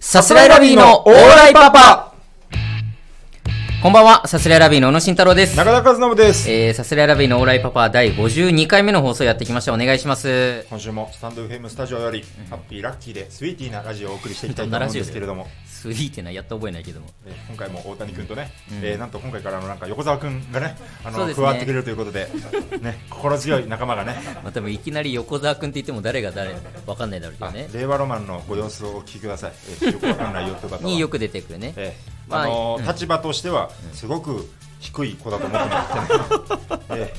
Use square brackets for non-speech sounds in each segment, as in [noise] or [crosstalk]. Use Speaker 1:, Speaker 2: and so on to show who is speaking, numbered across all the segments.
Speaker 1: さすらいラビーのオーライパパこんばんは、さすらいラビーの小野慎太郎です。
Speaker 2: 中田和伸です。
Speaker 1: えー、さすらいラビーのオーライパパ第52回目の放送やってきました。お願いします。
Speaker 2: 今週もスタンド FM スタジオより、ハッピーラッキーでスイーティーなラジオをお送りしていきたいと思うんですけれども、
Speaker 1: スイーってな、やった覚えないけども。
Speaker 2: えー今回も大谷君とね、えーなんと今回からあのなんか横澤君がね、あ
Speaker 1: そう
Speaker 2: の、
Speaker 1: ですね
Speaker 2: 加わってくれるということで、 [laughs] ね、心強い仲間がね、
Speaker 1: まあ、多分いきなり横澤君って言っても誰が誰わかんないだろうけど
Speaker 2: あ
Speaker 1: ね。
Speaker 2: 令和ロマンのご様子をお聞きください。えーよくわかんないよという方は。
Speaker 1: によく出てくるね。
Speaker 2: ええ
Speaker 1: まあ
Speaker 2: あのー
Speaker 1: うん
Speaker 2: 立場としてはすごく低い子だと思ってます
Speaker 1: [laughs]
Speaker 2: けどねえ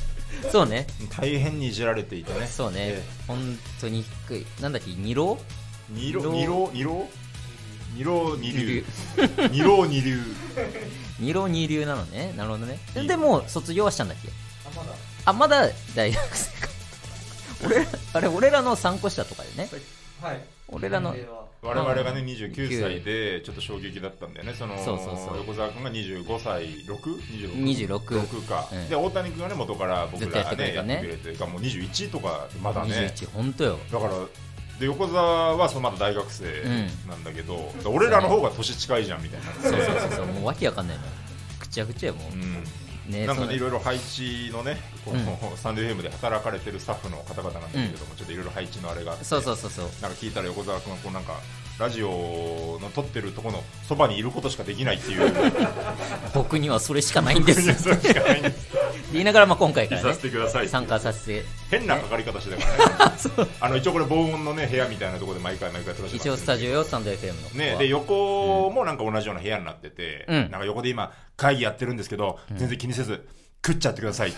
Speaker 1: そうね。
Speaker 2: え大変にいじられていてね
Speaker 1: そうね
Speaker 2: え。
Speaker 1: 本当に低い。なんだっけ、二郎
Speaker 2: え二郎二郎二郎二郎二
Speaker 1: 二
Speaker 2: 流 [laughs] 二郎二流
Speaker 1: 二郎二流なのね。なるほどね。
Speaker 2: いい
Speaker 1: でも、卒業はしたんだっけあ、まだ。あ、まだ大学生
Speaker 2: [laughs]
Speaker 1: か。俺ら、あれ、俺らの参考者とかでね。
Speaker 3: はい。
Speaker 1: 俺らの、
Speaker 2: 我々がね29歳でちょっと衝撃だったんだよねその
Speaker 1: そうそうそう
Speaker 2: 横澤君が25歳 6?26
Speaker 1: 26
Speaker 2: 6か、
Speaker 1: うん
Speaker 2: で大谷君がね元から僕
Speaker 1: ず
Speaker 2: ら
Speaker 1: っとやってくれ
Speaker 2: ねや
Speaker 1: た
Speaker 2: っ
Speaker 1: ね
Speaker 2: てくれてるからもう21とかまだね
Speaker 1: 21、本当よ。
Speaker 2: だからで横澤はそのまだ大学生なんだけど、俺らの方が年近いじゃんみたいな、
Speaker 1: そうそうそうそう、もうわけわかんないのよ。くちゃくちゃよ、も
Speaker 2: う
Speaker 1: う。ね
Speaker 2: ん、なんか
Speaker 1: その
Speaker 2: ねいろいろ配置のねこの、
Speaker 1: う
Speaker 2: スタンド FM で働かれてるスタッフの方々なんだけれども、ちょっといろいろ配置のあれがあって
Speaker 1: そうそうそうそう。
Speaker 2: なんか聞いたら横澤君はこうなんかラジオの撮ってるとこのそばにいることしかできないっ
Speaker 1: [laughs]
Speaker 2: ていう
Speaker 1: 僕にはそれしかないんです。
Speaker 2: [laughs]
Speaker 1: って
Speaker 2: それしかないんです
Speaker 1: 言いながら、まあ今回から
Speaker 2: さ
Speaker 1: ね
Speaker 2: せ、てくださいっていう
Speaker 1: 参加させて、
Speaker 2: 変なかかり方してたから
Speaker 1: [laughs]
Speaker 2: ねあの一応これ防音のね部屋みたいなところで毎回毎回撮らせて
Speaker 1: 一応
Speaker 2: もらってるんで
Speaker 1: スタジオよ、スタンド FM の。
Speaker 2: ね、で横もなんか同じような部屋になってて、
Speaker 1: うん
Speaker 2: なんか横で今会議やってるんですけど、全然気にせず食っちゃってください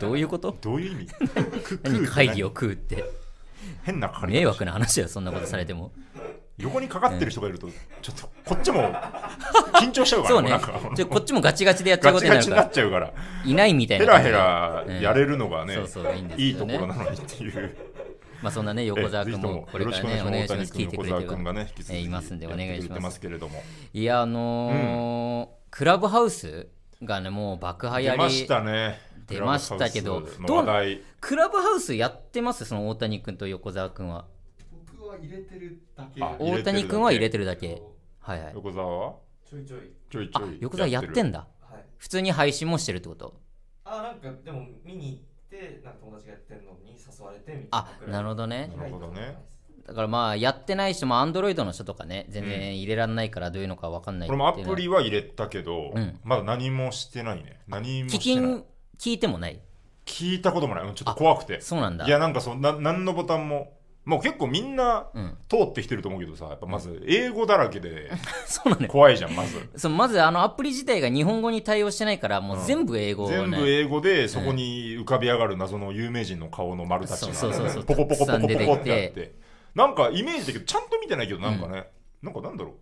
Speaker 1: どういうこと
Speaker 2: どういう意味 [laughs] く食うって
Speaker 1: 何
Speaker 2: 何
Speaker 1: 会議を食うって。
Speaker 2: 変なかかり
Speaker 1: 迷惑な話だよ、そんなことされても。
Speaker 2: 横にかかってる人がいるとちょっとこっちも緊張しちゃうか
Speaker 1: そ
Speaker 2: ら
Speaker 1: うね
Speaker 2: もなんか。
Speaker 1: ちょこっちもガチガチでやっちゃう
Speaker 2: ガ
Speaker 1: ことに
Speaker 2: チ
Speaker 1: な
Speaker 2: ガ
Speaker 1: る
Speaker 2: チ
Speaker 1: か
Speaker 2: にな
Speaker 1: ら
Speaker 2: っ、ちゃうから
Speaker 1: いないみたい
Speaker 2: ヘ
Speaker 1: な
Speaker 2: ラ
Speaker 1: 感じ
Speaker 2: ヘ
Speaker 1: で。
Speaker 2: ラやれるのがね、
Speaker 1: そうそういいんですよね
Speaker 2: いいところなのにっていう。
Speaker 1: まあそんなね、 [laughs] 横澤
Speaker 2: え
Speaker 1: 君
Speaker 2: ぜひと
Speaker 1: もこれからね、お願いします。聞いてくれ
Speaker 2: 横
Speaker 1: て
Speaker 2: 澤
Speaker 1: るか
Speaker 2: 君が
Speaker 1: ら
Speaker 2: ね、引き続
Speaker 1: えー
Speaker 2: き
Speaker 1: いますんで、お願い
Speaker 2: やっ
Speaker 1: し
Speaker 2: てくれて
Speaker 1: ま
Speaker 2: ますす。けれども。
Speaker 1: いや、あのークラブハウスがね、もう爆破や
Speaker 2: 出
Speaker 1: り。
Speaker 2: ましたね。
Speaker 1: 出ましたけど
Speaker 2: クラブハウスの話題。
Speaker 1: クラブハウスやってますその大谷君と横澤君は
Speaker 3: 僕は入れてるだけ。
Speaker 2: あ入れてるだけ
Speaker 1: 大谷君は入れてるだけはいはい
Speaker 2: 横澤は
Speaker 3: ちょいちょい。
Speaker 2: ちょいち
Speaker 1: あ
Speaker 2: ょい。
Speaker 1: 横澤やって
Speaker 2: る
Speaker 1: んだ
Speaker 3: はい。
Speaker 1: 普通に配信もしてるってこと
Speaker 3: あ、なんか、でも、見に行って、なんか友達がやってるのに誘われてみたいな
Speaker 1: あ
Speaker 3: くらい。
Speaker 1: なるほどね
Speaker 2: どなるほどね
Speaker 1: だからまあやってない人もアンドロイドの人とかね全然入れられないからどういうのか分かんない
Speaker 2: これもアプリは入れたけど、
Speaker 1: うん
Speaker 2: まだ何もしてないね。何
Speaker 1: 聞
Speaker 2: もして
Speaker 1: き
Speaker 2: ない。
Speaker 1: ん聞いてもない
Speaker 2: 聞いたこともない。うんちょっと怖くて。
Speaker 1: そうなんだ
Speaker 2: いや、なんかそんな、何のボタンも。もう結構みんな
Speaker 1: うん
Speaker 2: 通ってきてると思うけどさ、やっぱまず英語だらけで
Speaker 1: そうなんだよ
Speaker 2: 怖いじゃん、まず。
Speaker 1: そうまずあのアプリ自体が日本語に対応してないからもう全部英語をね
Speaker 2: 全部英語でそこに浮かび上がる謎の有名人の顔の丸たちが
Speaker 1: そうそうそう
Speaker 2: ポコポ
Speaker 1: たく
Speaker 2: コポコポコ
Speaker 1: さん出て
Speaker 2: ポ
Speaker 1: き
Speaker 2: コ
Speaker 1: て
Speaker 2: ってあってなんかイメージだけどちゃんと見てないけどなんかね、なんかなんだろう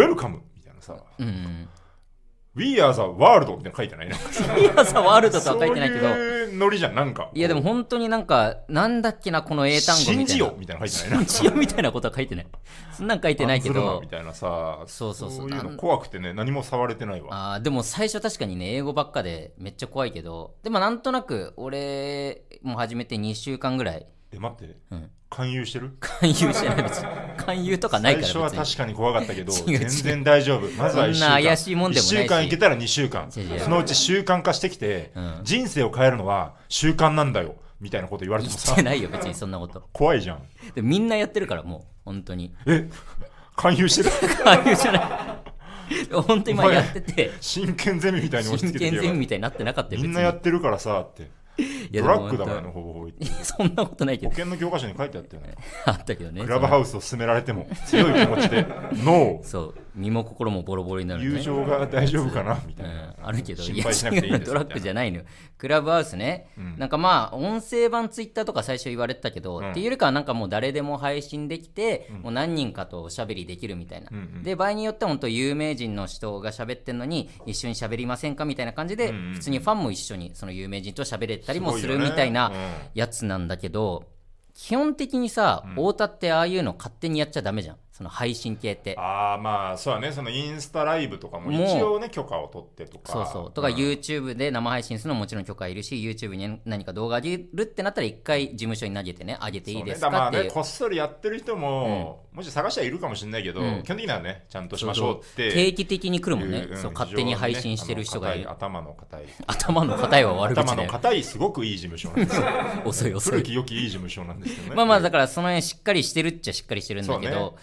Speaker 2: ウェルカムみたいなさ
Speaker 1: うんうん、
Speaker 2: We are the world みたいなの書いてないなんか
Speaker 1: いやさワールドとは
Speaker 2: そう
Speaker 1: 書いてないけど
Speaker 2: いうノリじゃんなんか
Speaker 1: いやでも本当になんかなんだっけなこの英単語みたいな
Speaker 2: 信じよみたいなの書いてない
Speaker 1: 信じよみたいなことは書いてない。そんなん書いてないけ
Speaker 2: アンズルマン
Speaker 1: ど
Speaker 2: み。たいなさ
Speaker 1: そうそうそう
Speaker 2: いう
Speaker 1: なん
Speaker 2: の怖くてね何も触れてないわ
Speaker 1: あーでも最初確かにね、英語ばっかでめっちゃ怖いけど、でもなんとなく俺も始めて2週間ぐらい、
Speaker 2: え待って
Speaker 1: うん、
Speaker 2: 勧誘してる
Speaker 1: 勧誘してない
Speaker 2: [laughs]
Speaker 1: 別に。勧誘とかない
Speaker 2: 最
Speaker 1: から別
Speaker 2: 初
Speaker 1: に。
Speaker 2: は確かに怖かったけ
Speaker 1: [laughs]
Speaker 2: ど
Speaker 1: 違う違う
Speaker 2: 全然大丈夫まずは1週間
Speaker 1: そんな怪しいもんでもないし
Speaker 2: 1週間いけたら2週間
Speaker 1: 違う違う
Speaker 2: そのうち習慣化してきて、
Speaker 1: うん
Speaker 2: 人生を変えるのは習慣なんだよみたいなこと言われて
Speaker 1: [laughs]
Speaker 2: も
Speaker 1: 言っ
Speaker 2: さ
Speaker 1: てないよ別にそんなこと。
Speaker 2: 怖いじゃん
Speaker 1: でみんなやってるからもう、本当に。
Speaker 2: え勧誘してる
Speaker 1: 勧誘じゃない。本当に今やってて、
Speaker 2: 真剣ゼミみたいに押し
Speaker 1: 真
Speaker 2: 付け
Speaker 1: 剣
Speaker 2: て
Speaker 1: ゼミ
Speaker 2: る
Speaker 1: みたいになってなかったよ別に。
Speaker 2: みんなやってるからさって
Speaker 1: いやで
Speaker 2: ド
Speaker 1: も
Speaker 2: ラッグだからね
Speaker 1: 本
Speaker 2: ほぼほぼ言って
Speaker 1: 当に [laughs] そんなことないけ
Speaker 2: 保
Speaker 1: ど、
Speaker 2: 険の教科書に書いてあったよね
Speaker 1: あったけどね。
Speaker 2: クラブハウスを勧められても強い気持ち
Speaker 1: [laughs]
Speaker 2: でノー
Speaker 1: そう、身も心もボロボロになる、ね。
Speaker 2: 友情が大丈夫かなみた
Speaker 1: う、
Speaker 2: いなん
Speaker 1: あるけど、
Speaker 2: 心配しなくていい
Speaker 1: や違
Speaker 2: で
Speaker 1: う
Speaker 2: す
Speaker 1: ドラッグじゃないのよ。クラブハウスね、
Speaker 2: ん
Speaker 1: なんかまあ、音声版ツイッターとか最初言われてたけど、
Speaker 2: ん
Speaker 1: っていうよりかは、なんかもう誰でも配信できて、もう何人かとおしゃべりできるみたいな。
Speaker 2: うんうん
Speaker 1: で、場合によっては、本当有名人の人が喋ってんのに、一緒に喋りませんかみたいな感じで、
Speaker 2: うんうん
Speaker 1: 普通にファンも一緒に、その有名人と喋れたりもす
Speaker 2: すご
Speaker 1: る
Speaker 2: いよね
Speaker 1: みたいな
Speaker 2: うん
Speaker 1: やつなんだけど、基本的にさ、太田ってああいうの勝手にやっちゃダメじゃん。その配信系って
Speaker 2: ああまあそうだねそのインスタライブとかも一応ね許可を取ってとか
Speaker 1: そうそうとか
Speaker 2: ん
Speaker 1: YouTube で生配信するのももちろん許可いるし YouTube に何か動画上げるってなったら一回事務所に投げてね上げていいです
Speaker 2: そうねだ
Speaker 1: かっ
Speaker 2: らま
Speaker 1: て
Speaker 2: あ
Speaker 1: いう
Speaker 2: ね、こっそりやってる人も、もし探したらいるかもしれないけど、
Speaker 1: うん
Speaker 2: 基本的にはねちゃんとし
Speaker 1: そう
Speaker 2: まし
Speaker 1: そ
Speaker 2: ょ
Speaker 1: う
Speaker 2: うって
Speaker 1: 定期的に来るもんね、
Speaker 2: いううん
Speaker 1: そう
Speaker 2: 非
Speaker 1: 勝手に
Speaker 2: 常ね
Speaker 1: 配信してる人がいる
Speaker 2: あの硬頭の硬い
Speaker 1: [laughs] 頭の硬いは悪口
Speaker 2: 頭の
Speaker 1: ね
Speaker 2: 硬いすごくいい事務所なん
Speaker 1: [laughs]
Speaker 2: ですよ
Speaker 1: 遅い遅
Speaker 2: 古
Speaker 1: い
Speaker 2: き良きいい事務所なんですよね
Speaker 1: まあまあだからその辺しっかりしてるっちゃしっかりしてるんだけ
Speaker 2: そう
Speaker 1: ど、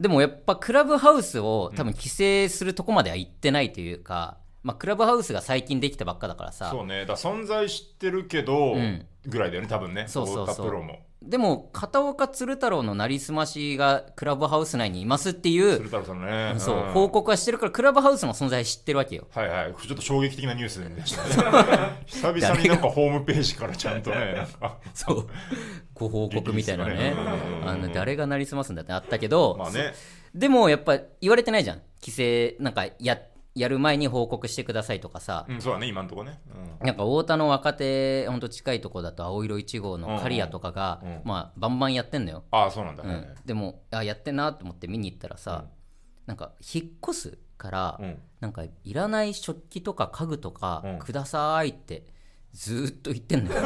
Speaker 1: でもやっぱクラブハウスを多分規制するとこまでは行ってないというか、まあクラブハウスが最近できたばっかだからさ
Speaker 2: そうねだから存在知ってるけど、
Speaker 1: うん
Speaker 2: ぐらいだよね多分ね
Speaker 1: そうそうそう
Speaker 2: 太田プロも
Speaker 1: でも片岡鶴太郎のなりすましがクラブハウス内にいますっていう
Speaker 2: 鶴太郎さんのね
Speaker 1: そう、
Speaker 2: ん
Speaker 1: 報告はしてるからクラブハウスの存在知ってるわけ
Speaker 2: [laughs]
Speaker 1: よ
Speaker 2: はいはいちょっと衝撃的なニュースでしたね
Speaker 1: [laughs]
Speaker 2: 久々になんかホームページからちゃんとねなんか
Speaker 1: そうご報告みたいなね
Speaker 2: リリースがねうん
Speaker 1: あの誰がなりすますんだってあったけど、
Speaker 2: まあね
Speaker 1: でもやっぱ言われてないじゃん規制なんかややる前に報告してくださいとかさ、
Speaker 2: うんそうだね今んとこね、うん
Speaker 1: なんか太田の若手ほんと近いとこだと青色1号の刈谷とかが、
Speaker 2: うんうん
Speaker 1: まあバンバンやってんのよ、
Speaker 2: ああそうなんだ、
Speaker 1: う
Speaker 2: はい
Speaker 1: ん、でもあやってんなと思って見に行ったらさ、
Speaker 2: うん
Speaker 1: なんか引っ越すから、
Speaker 2: うん
Speaker 1: なんかいらない食器とか家具とか
Speaker 2: うん
Speaker 1: くださいってずーっと言ってんのよ、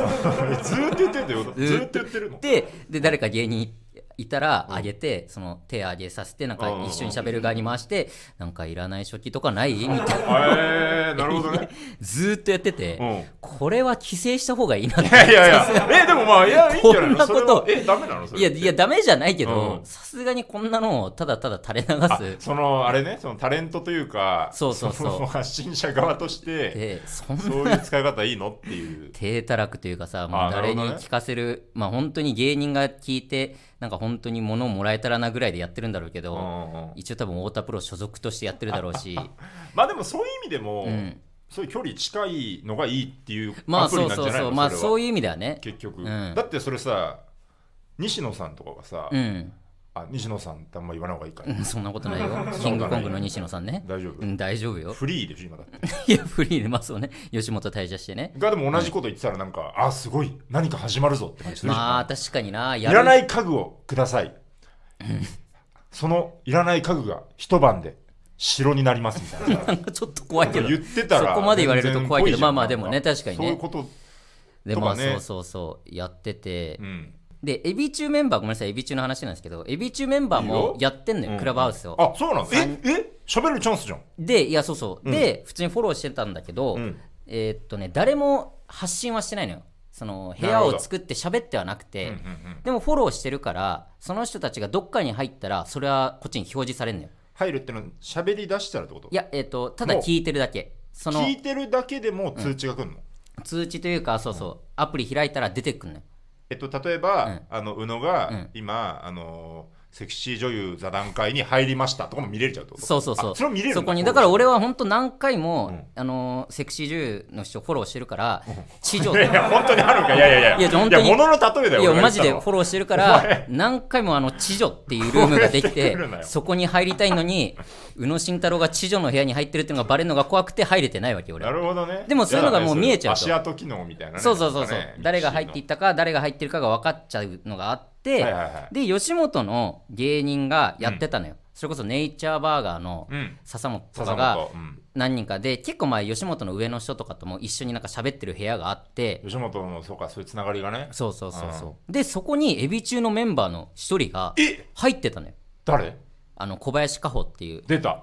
Speaker 2: ずーっと言ってるんだよずーっと言ってるの
Speaker 1: でで誰か芸人いたらあげて、その手あげさせてなんか
Speaker 2: うんうんうん
Speaker 1: 一緒に喋る側に回して、なんかいらない食器とかないみたいな
Speaker 2: えー、なるほど
Speaker 1: [laughs]
Speaker 2: ね、
Speaker 1: ずーっとやってて、
Speaker 2: うん、い
Speaker 1: これは規制した方がいいなって
Speaker 2: やいや
Speaker 1: [laughs]
Speaker 2: いやえでもまあいやいいんじゃないの
Speaker 1: こんなこと
Speaker 2: それはえダメなのそれ
Speaker 1: いや、いや、ダメじゃないけ
Speaker 2: う
Speaker 1: ど、
Speaker 2: ん
Speaker 1: さすがにこんなのをただただ垂れ
Speaker 2: あ
Speaker 1: 流す。
Speaker 2: そのあれねそのタレントというか
Speaker 1: そうそうそう
Speaker 2: の発信者側として
Speaker 1: で、そんな
Speaker 2: そういう使い方いいのって
Speaker 1: [laughs]
Speaker 2: いう
Speaker 1: 低たらくというかさ、も
Speaker 2: あ
Speaker 1: う
Speaker 2: ー
Speaker 1: 誰に
Speaker 2: なるほどね
Speaker 1: 聞かせる、まあ本当に芸人が聞いて、なんか本当に物をもらえたらなぐらいでやってるんだろうけ
Speaker 2: うんう
Speaker 1: ど、
Speaker 2: んうん
Speaker 1: 一応多分太田プロ所属としてやってるだろうし、
Speaker 2: まあでもそういう意味でも、
Speaker 1: うん
Speaker 2: そういう距離近いのがいいっていう
Speaker 1: ま
Speaker 2: ア
Speaker 1: あ
Speaker 2: プリ
Speaker 1: そう
Speaker 2: なん
Speaker 1: そ
Speaker 2: じ
Speaker 1: う
Speaker 2: ゃない
Speaker 1: そ
Speaker 2: の
Speaker 1: う、まあ
Speaker 2: それは
Speaker 1: そういう意味ではね。
Speaker 2: 結局、
Speaker 1: うん
Speaker 2: だってそれさ西野さんとかがさ、
Speaker 1: うん。
Speaker 2: あ西野さんってあんま言わない方がいいか
Speaker 1: う
Speaker 2: ら、
Speaker 1: んそんなこと
Speaker 2: [laughs]
Speaker 1: ないよ。キングコングの西野さんね。
Speaker 2: 大丈夫、
Speaker 1: うん、大丈夫よ。 [laughs]
Speaker 2: フリーでしょ今だって
Speaker 1: いや、フリーで、まあそうね。吉本退社してね。
Speaker 2: がでも同じこと言ってたらなんか、あすごい何か始まるぞって感じするじゃん
Speaker 1: まあ確かにな、。
Speaker 2: いらないい家具をください [laughs] そのいらない家具が一晩で城になりますみたい
Speaker 1: なんかちょっと怖いけ
Speaker 2: な
Speaker 1: ど。
Speaker 2: 言ってたら
Speaker 1: そこまで言われると怖いけど
Speaker 2: 全然じゃん
Speaker 1: まあまあでもね確かにね
Speaker 2: そういうこと
Speaker 1: で
Speaker 2: と
Speaker 1: まあ
Speaker 2: かね
Speaker 1: そうそうそうやってて、
Speaker 2: うん
Speaker 1: でエビ中メンバーごめんなさいエビ中の話なんですけどエビ中メンバー
Speaker 2: いい
Speaker 1: も
Speaker 2: よ
Speaker 1: やってんのよ
Speaker 2: うん
Speaker 1: クラブハウスを、
Speaker 2: あそうなんだ
Speaker 1: 三
Speaker 2: ええ喋るチャンスじゃん
Speaker 1: でいやそうそう、で普通にフォローしてたんだけど、
Speaker 2: うん
Speaker 1: えーっとね誰も発信はしてないのよその部屋を作って喋ってはなくて
Speaker 2: うんうん
Speaker 1: でもフォローしてるからその人たちがどっかに入ったらそれはこっちに表示されるのよ
Speaker 2: 入るってのは喋り出したらってこと
Speaker 1: いやえーっとただ聞いてるだけその
Speaker 2: 聞いてるだけでもう通知が来るの、
Speaker 1: 通知というかそうそうアプリ開いたら出てくんのよ
Speaker 2: えっと、例えば、
Speaker 1: うん
Speaker 2: あの宇野が、
Speaker 1: うん
Speaker 2: 今あのセクシー女優座談会に入りましたとかも見れるじゃんってこと
Speaker 1: そうそうそう。
Speaker 2: あそれも見れるんだ
Speaker 1: こに。だから
Speaker 2: フォ
Speaker 1: 俺
Speaker 2: ロ
Speaker 1: は本当何回も、
Speaker 2: うん
Speaker 1: あのーセクシー女優の人をフォローしてるから、地上、
Speaker 2: ーしていや本当にあるのかいやいやいや
Speaker 1: いや本当に
Speaker 2: 物の例えだよ
Speaker 1: いや、
Speaker 2: 俺が
Speaker 1: マ
Speaker 2: 言っ
Speaker 1: ジ
Speaker 2: たの
Speaker 1: で
Speaker 2: は
Speaker 1: フォローしてるか
Speaker 2: お
Speaker 1: ら
Speaker 2: 前、
Speaker 1: 何回もあの、地女っていうルームができ
Speaker 2: 増え [laughs]
Speaker 1: て
Speaker 2: てくるな、よ
Speaker 1: そこに入りたいのに、宇野慎太郎が地女の部屋に入ってるっていうのがバレるのが怖くて入れてないわけよ、俺
Speaker 2: な
Speaker 1: は。
Speaker 2: るほどね
Speaker 1: でもそういうのがもう見えちゃうと
Speaker 2: やだねそれ足跡機能みたいなね
Speaker 1: そうそうそうそう、
Speaker 2: なんかね
Speaker 1: 誰が入っていったか、誰が入ってるかが分かっちゃうのがあって、
Speaker 2: はいはいは
Speaker 1: で、吉本の芸人がやってたのよ。それこそネイチャーバーガーの
Speaker 2: うん
Speaker 1: 笹本と
Speaker 2: 笹
Speaker 1: かが、
Speaker 2: 本、うん、
Speaker 1: 何人かで結構前吉本の上の人とかとも一緒になんか喋ってる部屋があって
Speaker 2: 吉本のそうかそういうつながりがね
Speaker 1: そうそうそうそうでそこにエビ中のメンバーの一人が
Speaker 2: え
Speaker 1: 入ってたのよ
Speaker 2: 誰
Speaker 1: あの小林果歩っていう
Speaker 2: 出た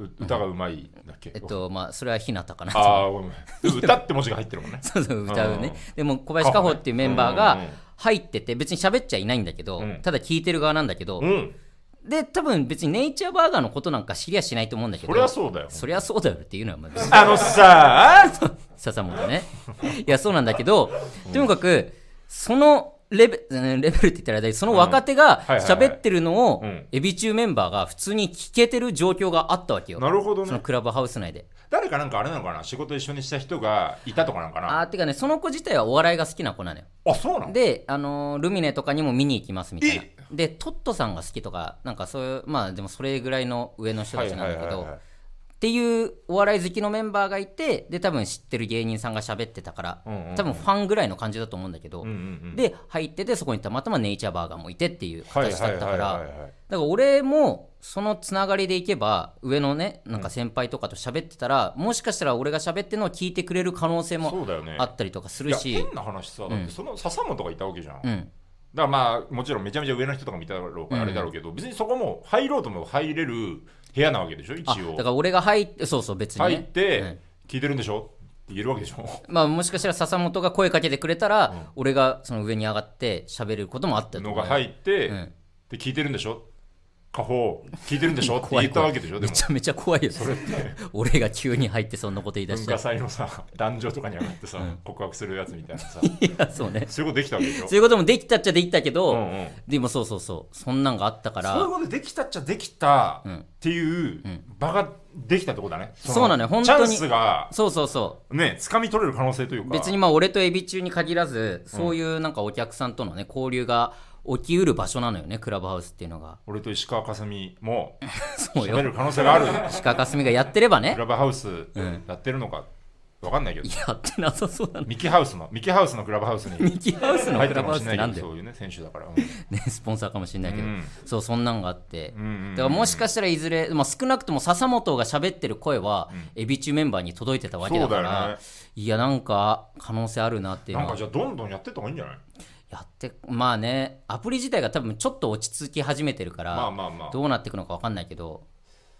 Speaker 2: う歌がうまいだっけ、
Speaker 1: えっとまあそれは日向かな
Speaker 2: ああごめんでも [laughs] 歌って文字が入ってるもんね
Speaker 1: [laughs] そうそう歌うねでも小林果
Speaker 2: 林果
Speaker 1: 歩
Speaker 2: 歩
Speaker 1: っていうメンバーが
Speaker 2: うんうんうん
Speaker 1: 入ってて別に喋っちゃいないんだけど
Speaker 2: うん
Speaker 1: ただ聞いてる側なんだけど
Speaker 2: うん
Speaker 1: で多分別にネイチャーバーガーのことなんか知りゃしないと思うんだけど
Speaker 2: そりゃそうだよ
Speaker 1: そりゃそうだよっていうのはまあ別に
Speaker 2: あのさあ
Speaker 1: 笹本ね。 [laughs] いや、そうなんだけど、とにかく、そのレベうんレベルって言ったらあれだけどその若手が
Speaker 2: うんはいはいはい
Speaker 1: 喋ってるのを
Speaker 2: うん、
Speaker 1: エビ中メンバーが普通に聞けてる状況があったわけよ。
Speaker 2: なるほど
Speaker 1: その
Speaker 2: ね
Speaker 1: クラブハウス内で。
Speaker 2: 誰かなんかあれなのかな仕事一緒にした人がいたとかなんかな
Speaker 1: あーてかね、その子自体はお笑いが好きな子なのよ。
Speaker 2: あそうなの
Speaker 1: で、あのールミネとかにも見に行きますみたいな。で、トットさんが好きとか、なんかそういう、まあでもそれぐらいの上の人たちなんだけど、っていうお笑い好きのメンバーがいてで多分知ってる芸人さんが喋ってたから
Speaker 2: うんうんうん
Speaker 1: 多分ファンぐらいの感じだと思うんだけど、
Speaker 2: うんうんうん、
Speaker 1: で入っててそこにたまたまネイチャーバーガーもいてっていう
Speaker 2: はい
Speaker 1: 形だった
Speaker 2: は
Speaker 1: か
Speaker 2: いはい
Speaker 1: ら
Speaker 2: はいはい
Speaker 1: だから俺もそのつながりでいけば上のねなんか先輩とかと喋ってたら、もしかしたら俺が喋ってるのを聞いてくれる可能性
Speaker 2: そ
Speaker 1: も
Speaker 2: うだよね
Speaker 1: あったりとかす
Speaker 2: い
Speaker 1: る
Speaker 2: や
Speaker 1: し
Speaker 2: 変な話さだっ
Speaker 1: うん
Speaker 2: てその笹本がいたわけじゃん、
Speaker 1: う
Speaker 2: だか
Speaker 1: ん
Speaker 2: らまあもちろんめちゃめちゃ上の人とかもいただろうか
Speaker 1: う
Speaker 2: らあ
Speaker 1: ん
Speaker 2: れだろうけど、別にそこも入ろうとも入れる部屋なわけでしょ一
Speaker 1: あ
Speaker 2: 応
Speaker 1: だから俺が入ってそうそう別に、ね、
Speaker 2: 入って、
Speaker 1: うん
Speaker 2: 聞いてるんでしょって言えるわけでしょ
Speaker 1: まあ、もしかしたら笹本が声かけてくれたら、俺がその上に上がって喋ることもあったと
Speaker 2: の
Speaker 1: 思う
Speaker 2: が入って、
Speaker 1: うん
Speaker 2: で聞いてるんでしょ家宝聞いてるん
Speaker 1: [laughs]
Speaker 2: でしょって言ったわけでしょ
Speaker 1: め
Speaker 2: でも
Speaker 1: ちゃめちゃ怖いよそれ [laughs] 俺が急に入ってそんなこと言い出し
Speaker 2: 文
Speaker 1: た
Speaker 2: 化
Speaker 1: ら
Speaker 2: 祭のさ壇上とかに上がってさ、告白するやつみたい
Speaker 1: [laughs]
Speaker 2: なさ
Speaker 1: いやそうね
Speaker 2: そういうことできたわけでしょ
Speaker 1: そういうこともできたっちゃできたけど、
Speaker 2: うんうん
Speaker 1: でもそうそうそうそんなんがあったから
Speaker 2: そういうことできたっちゃできた
Speaker 1: うん
Speaker 2: っていう場ができたってことだね、
Speaker 1: そうなのよ本当に
Speaker 2: チャンスが
Speaker 1: そうそうそう
Speaker 2: ね掴み取れる可能性というか
Speaker 1: 別にまあ俺とエビ中に限らずそういうなんかお客さんとのね交流が起きうる場所なのよねクラブハウスっていうのが
Speaker 2: 俺と石川佳純も
Speaker 1: [laughs] そう
Speaker 2: 喋れ
Speaker 1: よ
Speaker 2: る可能性がある
Speaker 1: 石川佳純がやってれば
Speaker 2: ク
Speaker 1: ね
Speaker 2: ラブハウスやってるのか分かんないけど、
Speaker 1: やってなさそうだなの [laughs]
Speaker 2: ミキハウスのミキハウスのクラブハウスに
Speaker 1: ミキハウスの
Speaker 2: 入っ
Speaker 1: ク
Speaker 2: てた
Speaker 1: ラ
Speaker 2: か
Speaker 1: ブ
Speaker 2: も
Speaker 1: ハウ
Speaker 2: し
Speaker 1: スっ
Speaker 2: れ
Speaker 1: て
Speaker 2: な
Speaker 1: ないん
Speaker 2: け
Speaker 1: だ
Speaker 2: ど
Speaker 1: よ
Speaker 2: そういうね選手だから、うん
Speaker 1: ねスポンサーかもしれないけど、
Speaker 2: うん
Speaker 1: そうそんなんがあって、
Speaker 2: うんうんうん
Speaker 1: だからもしかしたらいずれ、まあ、少なくとも笹本が喋ってる声は、エビ中メンバーに届いてたわけだか
Speaker 2: そうだ
Speaker 1: ら
Speaker 2: よね
Speaker 1: いやなんか可能性あるなっていう
Speaker 2: な
Speaker 1: の
Speaker 2: んか
Speaker 1: は
Speaker 2: じゃあどんどんやってった方がいいんじゃない
Speaker 1: やってまあねアプリ自体が多分ちょっと落ち着き始めてるから、
Speaker 2: まあまあまあ
Speaker 1: どうなっていくのか分かんないけど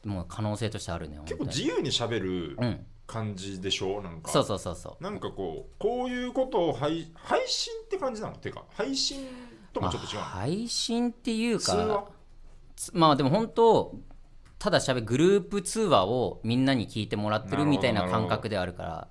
Speaker 1: もう可能性としてあるね
Speaker 2: 結構
Speaker 1: 本当に
Speaker 2: 自由に喋る
Speaker 1: うん
Speaker 2: 感じでしょなんか
Speaker 1: そうそうそうそう
Speaker 2: なんかこうこういうことを配配信って感じなのてか配信ともちょっと違う
Speaker 1: ま
Speaker 2: の
Speaker 1: あ配信っていう
Speaker 2: 通話
Speaker 1: かつまあでも本当ただしゃべグループ通話をみんなに聞いてもらってるみたいな
Speaker 2: なるほど
Speaker 1: 感覚ではあるから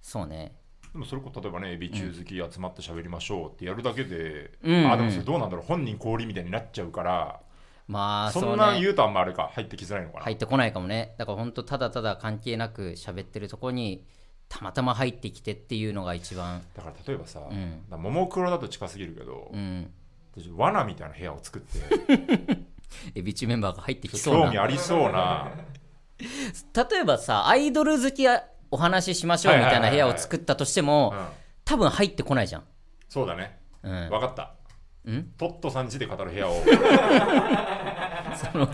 Speaker 1: そうね
Speaker 2: でもそれこそ例えばねエビ中好き集まって喋りましょうってやるだけで、
Speaker 1: うん
Speaker 2: あでもそれどうなんだろう本人氷みたいになっちゃうから
Speaker 1: まあ
Speaker 2: そ
Speaker 1: そうん
Speaker 2: なん
Speaker 1: ね
Speaker 2: 言うとあんまあれか入ってきづらいのかな、
Speaker 1: 入ってこないかもねだから本当ただただ関係なく喋ってるとこにたまたま入ってきてっていうのが一番
Speaker 2: だから例えば
Speaker 1: ん
Speaker 2: さ、だからももクロだと近すぎるけど
Speaker 1: う、ん
Speaker 2: 罠みたいな部屋を作って
Speaker 1: エビチメンバーが入ってき [laughs] そう
Speaker 2: 興味
Speaker 1: な
Speaker 2: ありそ
Speaker 1: [laughs]
Speaker 2: うな
Speaker 1: 例えばさアイドル好きやお話ししましょうみたいな部屋を作ったとしても
Speaker 2: うん
Speaker 1: 多分入ってこないじゃん
Speaker 2: そうだね
Speaker 1: うん
Speaker 2: 分かった
Speaker 1: ん
Speaker 2: トットさん家で語る部
Speaker 1: [laughs]
Speaker 2: 屋を
Speaker 1: その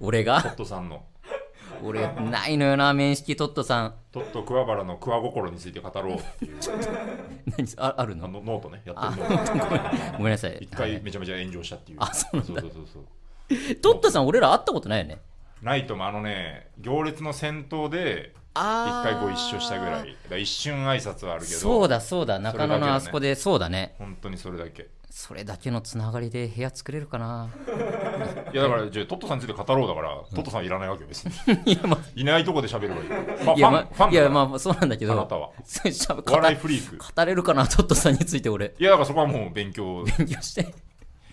Speaker 1: 俺
Speaker 2: ト
Speaker 1: が
Speaker 2: ットさんの
Speaker 1: 俺ないのよな面識トットさん
Speaker 2: トット桑原の桑心について語ろうっていう
Speaker 1: 何あある
Speaker 2: あ
Speaker 1: の
Speaker 2: のノートねや
Speaker 1: あ
Speaker 2: ってるノート
Speaker 1: ごめんなさい
Speaker 2: 一
Speaker 1: は
Speaker 2: 回
Speaker 1: い
Speaker 2: めちゃめちゃ炎上したっていう
Speaker 1: あそうなんだ
Speaker 2: そうそうそうそう
Speaker 1: トットさん俺ら会ったことないよね
Speaker 2: ナイトもあのね行列の先頭で一
Speaker 1: ああ
Speaker 2: 回ご一緒したぐらいだから一瞬挨拶はあるけど
Speaker 1: そうだそうだ中野
Speaker 2: それだけだ
Speaker 1: の
Speaker 2: ね
Speaker 1: あそこでそうだね
Speaker 2: 本当にそれだけ
Speaker 1: それだけのつながりで部屋作れるか
Speaker 2: [laughs]
Speaker 1: ない
Speaker 2: やだからじゃあトットさんについて語ろうだから、トットさんいらないわけよ別に
Speaker 1: いやまあ
Speaker 2: いないとこで喋ればいい、まあ、
Speaker 1: いや
Speaker 2: ファンファ
Speaker 1: ま
Speaker 2: ン
Speaker 1: いや
Speaker 2: だから
Speaker 1: まあそうなんだけど
Speaker 2: あなたは
Speaker 1: [laughs] そうしゃべ
Speaker 2: お笑いフリーク
Speaker 1: 語れるかなトットさんについて俺
Speaker 2: いやだからそこはもう勉強
Speaker 1: 勉強して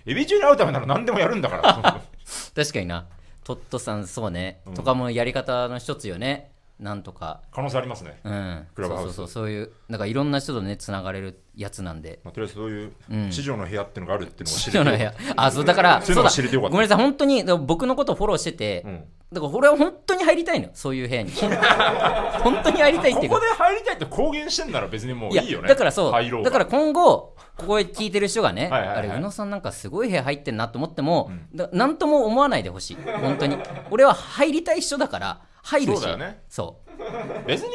Speaker 2: エビ中に会うためなら何でもやるんだから
Speaker 1: [laughs] 確かになトットさんそうね、
Speaker 2: うん
Speaker 1: とかもやり方の一つよねなんとか
Speaker 2: 可能性ありますね、
Speaker 1: うん
Speaker 2: クラブハウス
Speaker 1: そうそうそうそういうなんかいろんな人とねつながれるやつなんで
Speaker 2: まあ、とりあえずそういう市場の部屋っていうのがあるっていうのを知
Speaker 1: 師
Speaker 2: れて
Speaker 1: 匠の部屋あそうだから
Speaker 2: そ
Speaker 1: そ
Speaker 2: ういうの
Speaker 1: う
Speaker 2: が
Speaker 1: だ
Speaker 2: 知れてよか
Speaker 1: ご
Speaker 2: った
Speaker 1: めんなさい本当にだから僕のことフォローしてて、
Speaker 2: うん
Speaker 1: だから俺は本当に入りたいのそういう部屋
Speaker 2: [laughs]
Speaker 1: に本当に入りたいっていう
Speaker 2: ここ
Speaker 1: か
Speaker 2: で入りたいって公言してんなら別にもういいよね
Speaker 1: だからそう
Speaker 2: 入ろう
Speaker 1: だから今後ここへ聞いてる人がね
Speaker 2: [laughs] はいはいはい
Speaker 1: あれ宇野さんなんかすごい部屋入ってんなと思っても、だなんとも思わないでほしい本当に俺は入りたい人だから入るし
Speaker 2: そうだよね
Speaker 1: そう
Speaker 2: 別に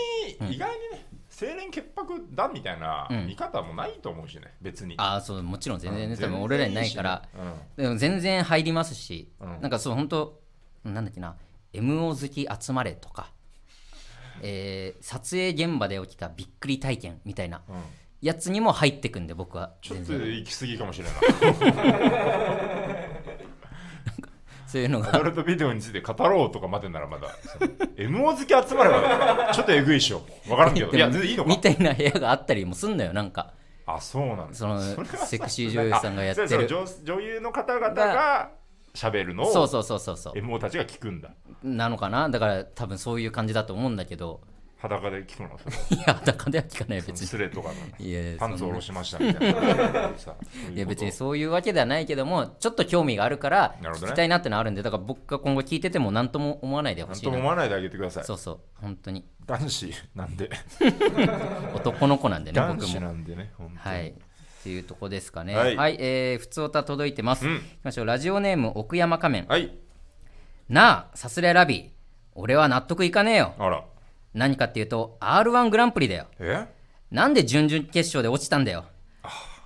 Speaker 2: 意外にね、清廉潔白だみたいな
Speaker 1: うん
Speaker 2: 見方もないと思うしね別に
Speaker 1: あーそうもちろん全然
Speaker 2: う
Speaker 1: ね
Speaker 2: ん
Speaker 1: 多分俺らにないから
Speaker 2: 全然いいしね
Speaker 1: でも全然入りますし、
Speaker 2: うん
Speaker 1: なんかそう本当なんだっけな MO 好き集まれとか、えー撮影現場で起きたびっくり体験みたいな
Speaker 2: うんうん
Speaker 1: やつにも入ってくんで僕は
Speaker 2: ちょっ
Speaker 1: 全
Speaker 2: と
Speaker 1: 然
Speaker 2: 行き過ぎかもしれない
Speaker 1: そういうの
Speaker 2: ア
Speaker 1: が
Speaker 2: ダルトビデオについて語ろうとかまでならまだ MO 好き集まればちょっとえぐいっしょ分からんけどいや全然いいの
Speaker 1: み
Speaker 2: か
Speaker 1: たいな部屋があったりもすんだよなんか
Speaker 2: あそうなんだ
Speaker 1: その
Speaker 2: れはさ
Speaker 1: セクシー女優さんがやってる
Speaker 2: あそうそう女女優の方々が喋るの
Speaker 1: そう
Speaker 2: を
Speaker 1: そうそうそうそう
Speaker 2: MO たちが聞くんだ [laughs]
Speaker 1: なのかなだから多分そういう感じだと思うんだけど
Speaker 2: 裸で聞くのそれ
Speaker 1: いや、裸では聞かないよ、別に
Speaker 2: ス。レとかのね
Speaker 1: いや
Speaker 2: パンツ下ろしましたみたいなさそううこと
Speaker 1: いや別にそういうわけではないけどもちょっと興味があるから
Speaker 2: なるほどね
Speaker 1: 聞きたいなってのはあるんでだから僕が今後聞いてても何とも思わないでほ
Speaker 2: なん
Speaker 1: し
Speaker 2: と
Speaker 1: い
Speaker 2: も
Speaker 1: な
Speaker 2: 思わないであげてください
Speaker 1: そうそう本当に
Speaker 2: 男子なんで
Speaker 1: 男の子なんでね
Speaker 2: 男
Speaker 1: 僕
Speaker 2: 子
Speaker 1: も
Speaker 2: なんでね本当に
Speaker 1: はいっていうとこですかねは、
Speaker 2: はいい
Speaker 1: えー、普通歌届いてます、
Speaker 2: うん
Speaker 1: いきましょうラジオネーム奥山仮面
Speaker 2: はい
Speaker 1: なあさすれラビ俺は納得いかねえよ
Speaker 2: あら
Speaker 1: 何かっていうと r 1グランプリだよ
Speaker 2: え
Speaker 1: なんで準々決勝で落ちたんだよ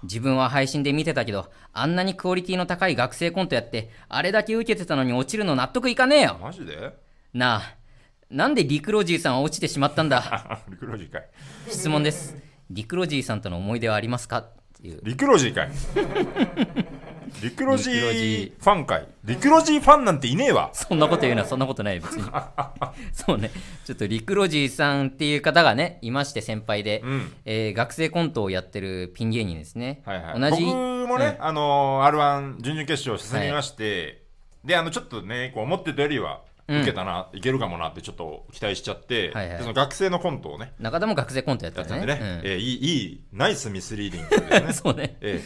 Speaker 1: 自分は配信で見てたけどあんなにクオリティの高い学生コントやってあれだけ受けてたのに落ちるの納得いかねえよ
Speaker 2: マジで [laughs]
Speaker 1: なあなんでリクロジーさんは落ちてしまったんだ
Speaker 2: リクロジーかい
Speaker 1: 質問ですリクロジーさんとの思い出はありますかっていう
Speaker 2: リクロジーかい
Speaker 1: [laughs]
Speaker 2: リクロジ
Speaker 1: リクロジ
Speaker 2: ーファンかいリクロジーファンなんていねえわ
Speaker 1: そんなこと言うのはそんなことない別にそうねちょっとリクロジーさんっていう方がねいまして先輩で、
Speaker 2: うん
Speaker 1: えー学生コントをやってるピン芸人ですね、
Speaker 2: はいはい、
Speaker 1: 同じ
Speaker 2: 僕もね、あの r 1準々決勝進みまして、であのちょっとねこう思ってたよりは
Speaker 1: うん
Speaker 2: 受けたな、いけるかもなってちょっと期待しちゃって、
Speaker 1: はいはい
Speaker 2: でその学生のコントをね
Speaker 1: 中田も学生コントやって
Speaker 2: やったた
Speaker 1: ね
Speaker 2: んでね、
Speaker 1: うん
Speaker 2: えーいいいいナイスミスリーディ
Speaker 1: [laughs]
Speaker 2: ングですね
Speaker 1: そうね
Speaker 2: え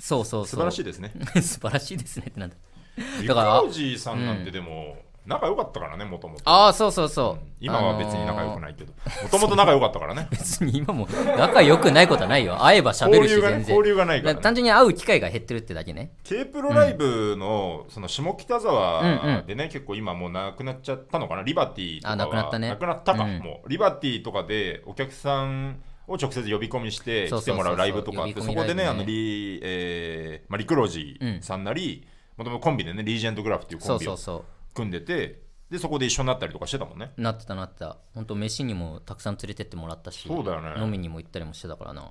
Speaker 1: そうそうそう
Speaker 2: ー素晴らしいですね
Speaker 1: [laughs] 素晴らしいですねってなんだ
Speaker 2: リク
Speaker 1: だから
Speaker 2: ロジーさんなんてでも、仲良かったからねもともと
Speaker 1: ああそうそうそう
Speaker 2: 今は別に仲良く
Speaker 1: い
Speaker 2: ないけどもともと仲良かったからね
Speaker 1: 別に今も仲良くないことはないよ会えば [laughs] 喋
Speaker 2: 交
Speaker 1: るし
Speaker 2: 流
Speaker 1: 全
Speaker 2: が、
Speaker 1: 然
Speaker 2: ね、交流がないから、
Speaker 1: だ
Speaker 2: ね、
Speaker 1: 単純に会う機会が減ってるってだけね
Speaker 2: K プロライブのその下北
Speaker 1: うんう
Speaker 2: 沢
Speaker 1: ん
Speaker 2: でね、結構今もうなくなっちゃったのかなリバティとかは
Speaker 1: あなくなったね
Speaker 2: なくなったか、
Speaker 1: うん
Speaker 2: もうリバティとかでお客さんを直接呼び込みして
Speaker 1: そう
Speaker 2: 来
Speaker 1: そ
Speaker 2: て
Speaker 1: うそうそう
Speaker 2: もらうライブとかあって
Speaker 1: 呼び
Speaker 2: そ
Speaker 1: 込み
Speaker 2: こでね
Speaker 1: ライ
Speaker 2: あ
Speaker 1: ブね
Speaker 2: のリ,、えーまあ、リクロジーさんなりもともとコンビでねリージェントグラフっていうコ
Speaker 1: そ
Speaker 2: ン
Speaker 1: う
Speaker 2: ビ
Speaker 1: そう
Speaker 2: を
Speaker 1: そ
Speaker 2: 組んでてでそこで一緒になったりとかしてたもんね
Speaker 1: うなってたなってた本当飯にもたくさん連れてってもらったし
Speaker 2: そうだよね
Speaker 1: 飲みにも行ったりもしてたからな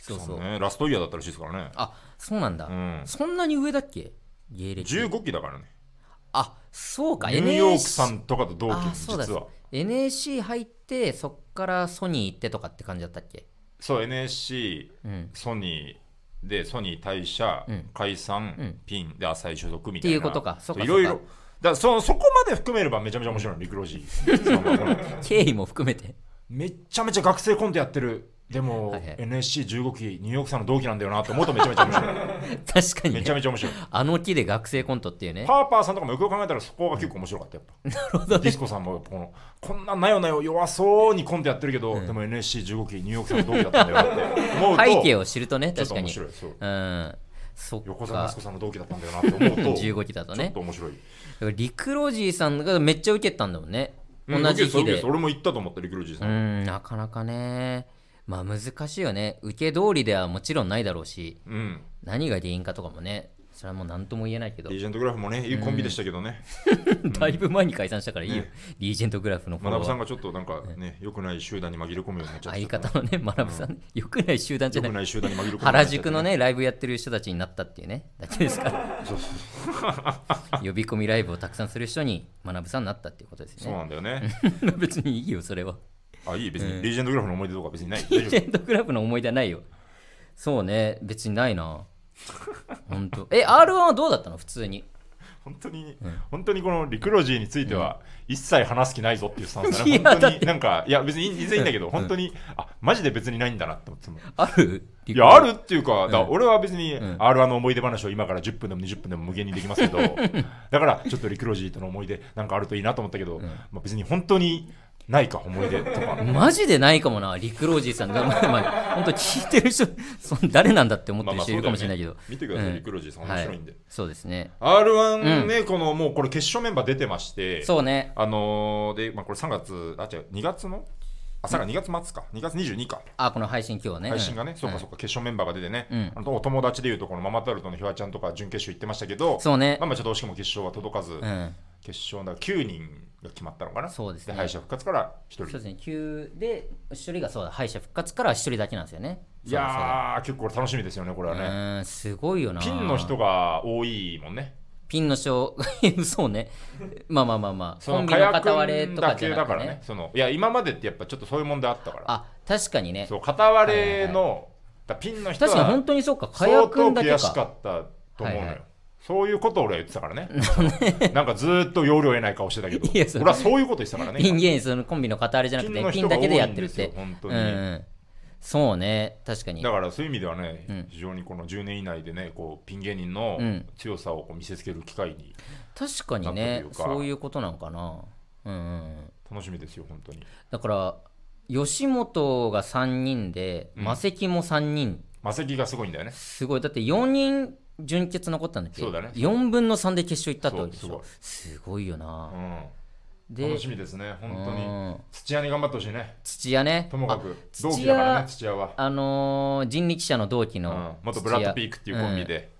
Speaker 1: そうそう
Speaker 2: ねラストイヤーだったらしいですからね
Speaker 1: あそうなんだ、
Speaker 2: うん
Speaker 1: そんなに上だっけ芸歴
Speaker 2: 15期だからね
Speaker 1: あそうか
Speaker 2: ニューヨーク
Speaker 1: NSC
Speaker 2: さんとかと同期
Speaker 1: あそうだ
Speaker 2: 実は
Speaker 1: NSC 入ってそっからソニー行ってとかって感じだったっけ
Speaker 2: そう NSC
Speaker 1: うん
Speaker 2: ソニーでソニー退社、
Speaker 1: うん
Speaker 2: 解散、
Speaker 1: うん
Speaker 2: ピンで浅い所属みたいな
Speaker 1: っていうことかそうか
Speaker 2: いろいろ
Speaker 1: そう
Speaker 2: だか
Speaker 1: から
Speaker 2: そそこまで含めればめちゃめちゃ面白いの、リクロ
Speaker 1: [laughs]
Speaker 2: ジーそのこの
Speaker 1: 経緯も含めて [laughs]
Speaker 2: めっちゃめちゃ学生コントやってるでも、
Speaker 1: はいはい
Speaker 2: NSC15 期ニューヨークさんの同期なんだよなって思うとめちゃめちゃ
Speaker 1: [laughs]
Speaker 2: 面白い
Speaker 1: 確かに、ね、
Speaker 2: めちゃめちゃ面白い
Speaker 1: あの木で学生コントっていうね
Speaker 2: パーパーさんとかもよくよく考えたらそこが結構面白かったや
Speaker 1: [laughs]
Speaker 2: っぱ、ディスコさんもこのこんななよなよ弱そうにコントやってるけど、でも NSC15 期ニューヨークさんの同期だったんだよなって思う
Speaker 1: [laughs]
Speaker 2: と
Speaker 1: 背景を知るとね
Speaker 2: ちょ
Speaker 1: 確
Speaker 2: っ
Speaker 1: か
Speaker 2: と面
Speaker 1: に
Speaker 2: 白いそう
Speaker 1: うんそっ
Speaker 2: 横澤
Speaker 1: か
Speaker 2: 夏子さんの同期だったんだよなって思う
Speaker 1: [laughs]
Speaker 2: と
Speaker 1: 15期だと
Speaker 2: ちょっ
Speaker 1: ね
Speaker 2: と面白い。
Speaker 1: リクロジーさんがめっちゃ受けたんだもんね同じ
Speaker 2: う
Speaker 1: 日
Speaker 2: ん受けた受け
Speaker 1: で
Speaker 2: た俺も行ったと思った、リクルージー
Speaker 1: う
Speaker 2: さん。
Speaker 1: んなかなかねまあ難しいよね受け通りではもちろんないだろうし
Speaker 2: うん。
Speaker 1: 何が原因かとかもねそれはもう何とも言えないけど
Speaker 2: リージェントグラフもね、いいコンビでしたけどね。
Speaker 1: [laughs] だいぶ前に解散したからいいよリージェントグラフのフォ
Speaker 2: 学
Speaker 1: ロ
Speaker 2: さ
Speaker 1: ワ
Speaker 2: ん
Speaker 1: ー
Speaker 2: がちょっとなんかね、良くない集団に紛れ込むようになっちゃった。
Speaker 1: 相方のね学さんよくない集団じゃ
Speaker 2: 良
Speaker 1: な
Speaker 2: く
Speaker 1: い
Speaker 2: ない集団に紛れ込むようになっちゃった
Speaker 1: 原宿の。ねライブやってる人たちになったっていうねだけですから
Speaker 2: そうそう
Speaker 1: 呼び込みライブをたくさんする人に学さんになったっていうことです
Speaker 2: そう
Speaker 1: ね
Speaker 2: なんだよね。
Speaker 1: [laughs] 別にいいよそれは
Speaker 2: あ、いい、別に。リージェントグラフの思い出とか別
Speaker 1: [laughs]
Speaker 2: にない。
Speaker 1: リ
Speaker 2: 大
Speaker 1: ージ
Speaker 2: 丈
Speaker 1: ェントグラフの思い出はないよそうね別にないな本当え R1 はどうだったの普通に
Speaker 2: 夫本当に、本当にこのリクルージーについては、一切話す気ないぞっていうスタンスだ
Speaker 1: い
Speaker 2: ね。
Speaker 1: や
Speaker 2: 本当
Speaker 1: だっ
Speaker 2: に、なんか、いや、別に全然いいんだけど、本当に、あ、マジで別にないんだなって思ってたもん
Speaker 1: ある
Speaker 2: いや、あ
Speaker 1: リ
Speaker 2: るっていうか、だから俺は別に
Speaker 1: ん
Speaker 2: R1 の思い出話を今から10分でも20分でも無限にできますけど、 [laughs] だからちょっとリクロジーとの思い出なんかあるといいなと思ったけど、まあ、別に本当にないか、思い出 [laughs] とか
Speaker 1: ク。マジでないかもなリクロージーさん
Speaker 2: [laughs]
Speaker 1: が、まあまあ、本当聞いてる人そん誰なんだって思ってる人いるかもしれないけど、
Speaker 2: 見てください、
Speaker 1: うん
Speaker 2: リクロジーさん、
Speaker 1: は
Speaker 2: 面白いんで。
Speaker 1: そうですね
Speaker 2: R1 ね、このもうこれ決勝メンバー出てまして、
Speaker 1: そうね
Speaker 2: あのーで、まあ、これ3月、あ、違う、2月の朝が2月末か、2月22か、
Speaker 1: あこの配信今日ね
Speaker 2: 配信がね、
Speaker 1: うん
Speaker 2: そうかそうか、決勝メンバーが出てね、
Speaker 1: うん
Speaker 2: あのお友達でいうと、このママタルトのひわちゃんとか準決勝行ってましたけど、
Speaker 1: そうね
Speaker 2: まあまあちょっと惜しくも決勝は届かず、
Speaker 1: うん
Speaker 2: 決勝だ9人が決まったのかな
Speaker 1: そうですね
Speaker 2: 敗者復活から1
Speaker 1: そうで
Speaker 2: 人
Speaker 1: すね9で1人がそうだ敗者復活から1人だけなんですよね
Speaker 2: いやー結構これ楽しみですよねこれ
Speaker 1: そ
Speaker 2: は
Speaker 1: うだそうだ
Speaker 2: ね、
Speaker 1: うーんすごいよな
Speaker 2: ピンの人が多いもんね
Speaker 1: ピンの人 [laughs] そうねまあまあまあまあ
Speaker 2: そ
Speaker 1: コン
Speaker 2: の
Speaker 1: ビの
Speaker 2: 火
Speaker 1: 片
Speaker 2: 薬
Speaker 1: 割れとか
Speaker 2: だ
Speaker 1: じ
Speaker 2: け
Speaker 1: ゃ
Speaker 2: だ
Speaker 1: な
Speaker 2: か
Speaker 1: く
Speaker 2: ら
Speaker 1: て
Speaker 2: ね
Speaker 1: ね
Speaker 2: そのいや今までってやっぱちょっとそういう問題あったから
Speaker 1: あ確かにね
Speaker 2: そう片割れの、だからピンの人
Speaker 1: 確かに
Speaker 2: は
Speaker 1: 本当にそうか火
Speaker 2: 相
Speaker 1: 薬
Speaker 2: 当
Speaker 1: だけ
Speaker 2: 悔しか
Speaker 1: か
Speaker 2: ったと思うのよ、
Speaker 1: はいはい
Speaker 2: そういうことを俺は言ってたか
Speaker 1: [laughs]
Speaker 2: らね。なんかずーっと容量得ない顔してたけど
Speaker 1: いや、それ
Speaker 2: 俺はそういうこと言ってたからね。
Speaker 1: ピン芸人そのコンビの片割れじゃなく
Speaker 2: ピンの
Speaker 1: てピ
Speaker 2: 人
Speaker 1: ン
Speaker 2: が
Speaker 1: だ
Speaker 2: 多
Speaker 1: け
Speaker 2: いん
Speaker 1: でやってるって
Speaker 2: ですよ本当
Speaker 1: うん
Speaker 2: に
Speaker 1: うんそうね確かに
Speaker 2: だからそういう意味ではね、
Speaker 1: うん
Speaker 2: 非常にこの10年以内でね、こうピン芸人の
Speaker 1: うん
Speaker 2: 強さをこう見せつける機会に
Speaker 1: 確かに
Speaker 2: なん
Speaker 1: ね
Speaker 2: というか
Speaker 1: そういうことなんかなうんうん
Speaker 2: 楽しみですよ、本当に。
Speaker 1: だから吉本が3人で
Speaker 2: うん
Speaker 1: 魔石も3人
Speaker 2: 魔石がすごいんだよね。
Speaker 1: すごいだって4人準決残ったんだっけ
Speaker 2: そうだね
Speaker 1: 4分の3で決勝行ったってわけでし
Speaker 2: そう
Speaker 1: ょすごいよな
Speaker 2: う
Speaker 1: で
Speaker 2: ん、楽しみですね、本当に。
Speaker 1: うん
Speaker 2: 土屋に頑張ってほしいね。
Speaker 1: 土屋ね
Speaker 2: ともか
Speaker 1: あ
Speaker 2: く、
Speaker 1: 土屋
Speaker 2: 同期だからね、土屋は。
Speaker 1: あのー人力車の同期
Speaker 2: うん
Speaker 1: の、
Speaker 2: 元ブラッドピー
Speaker 1: ク
Speaker 2: クっていうコンビで。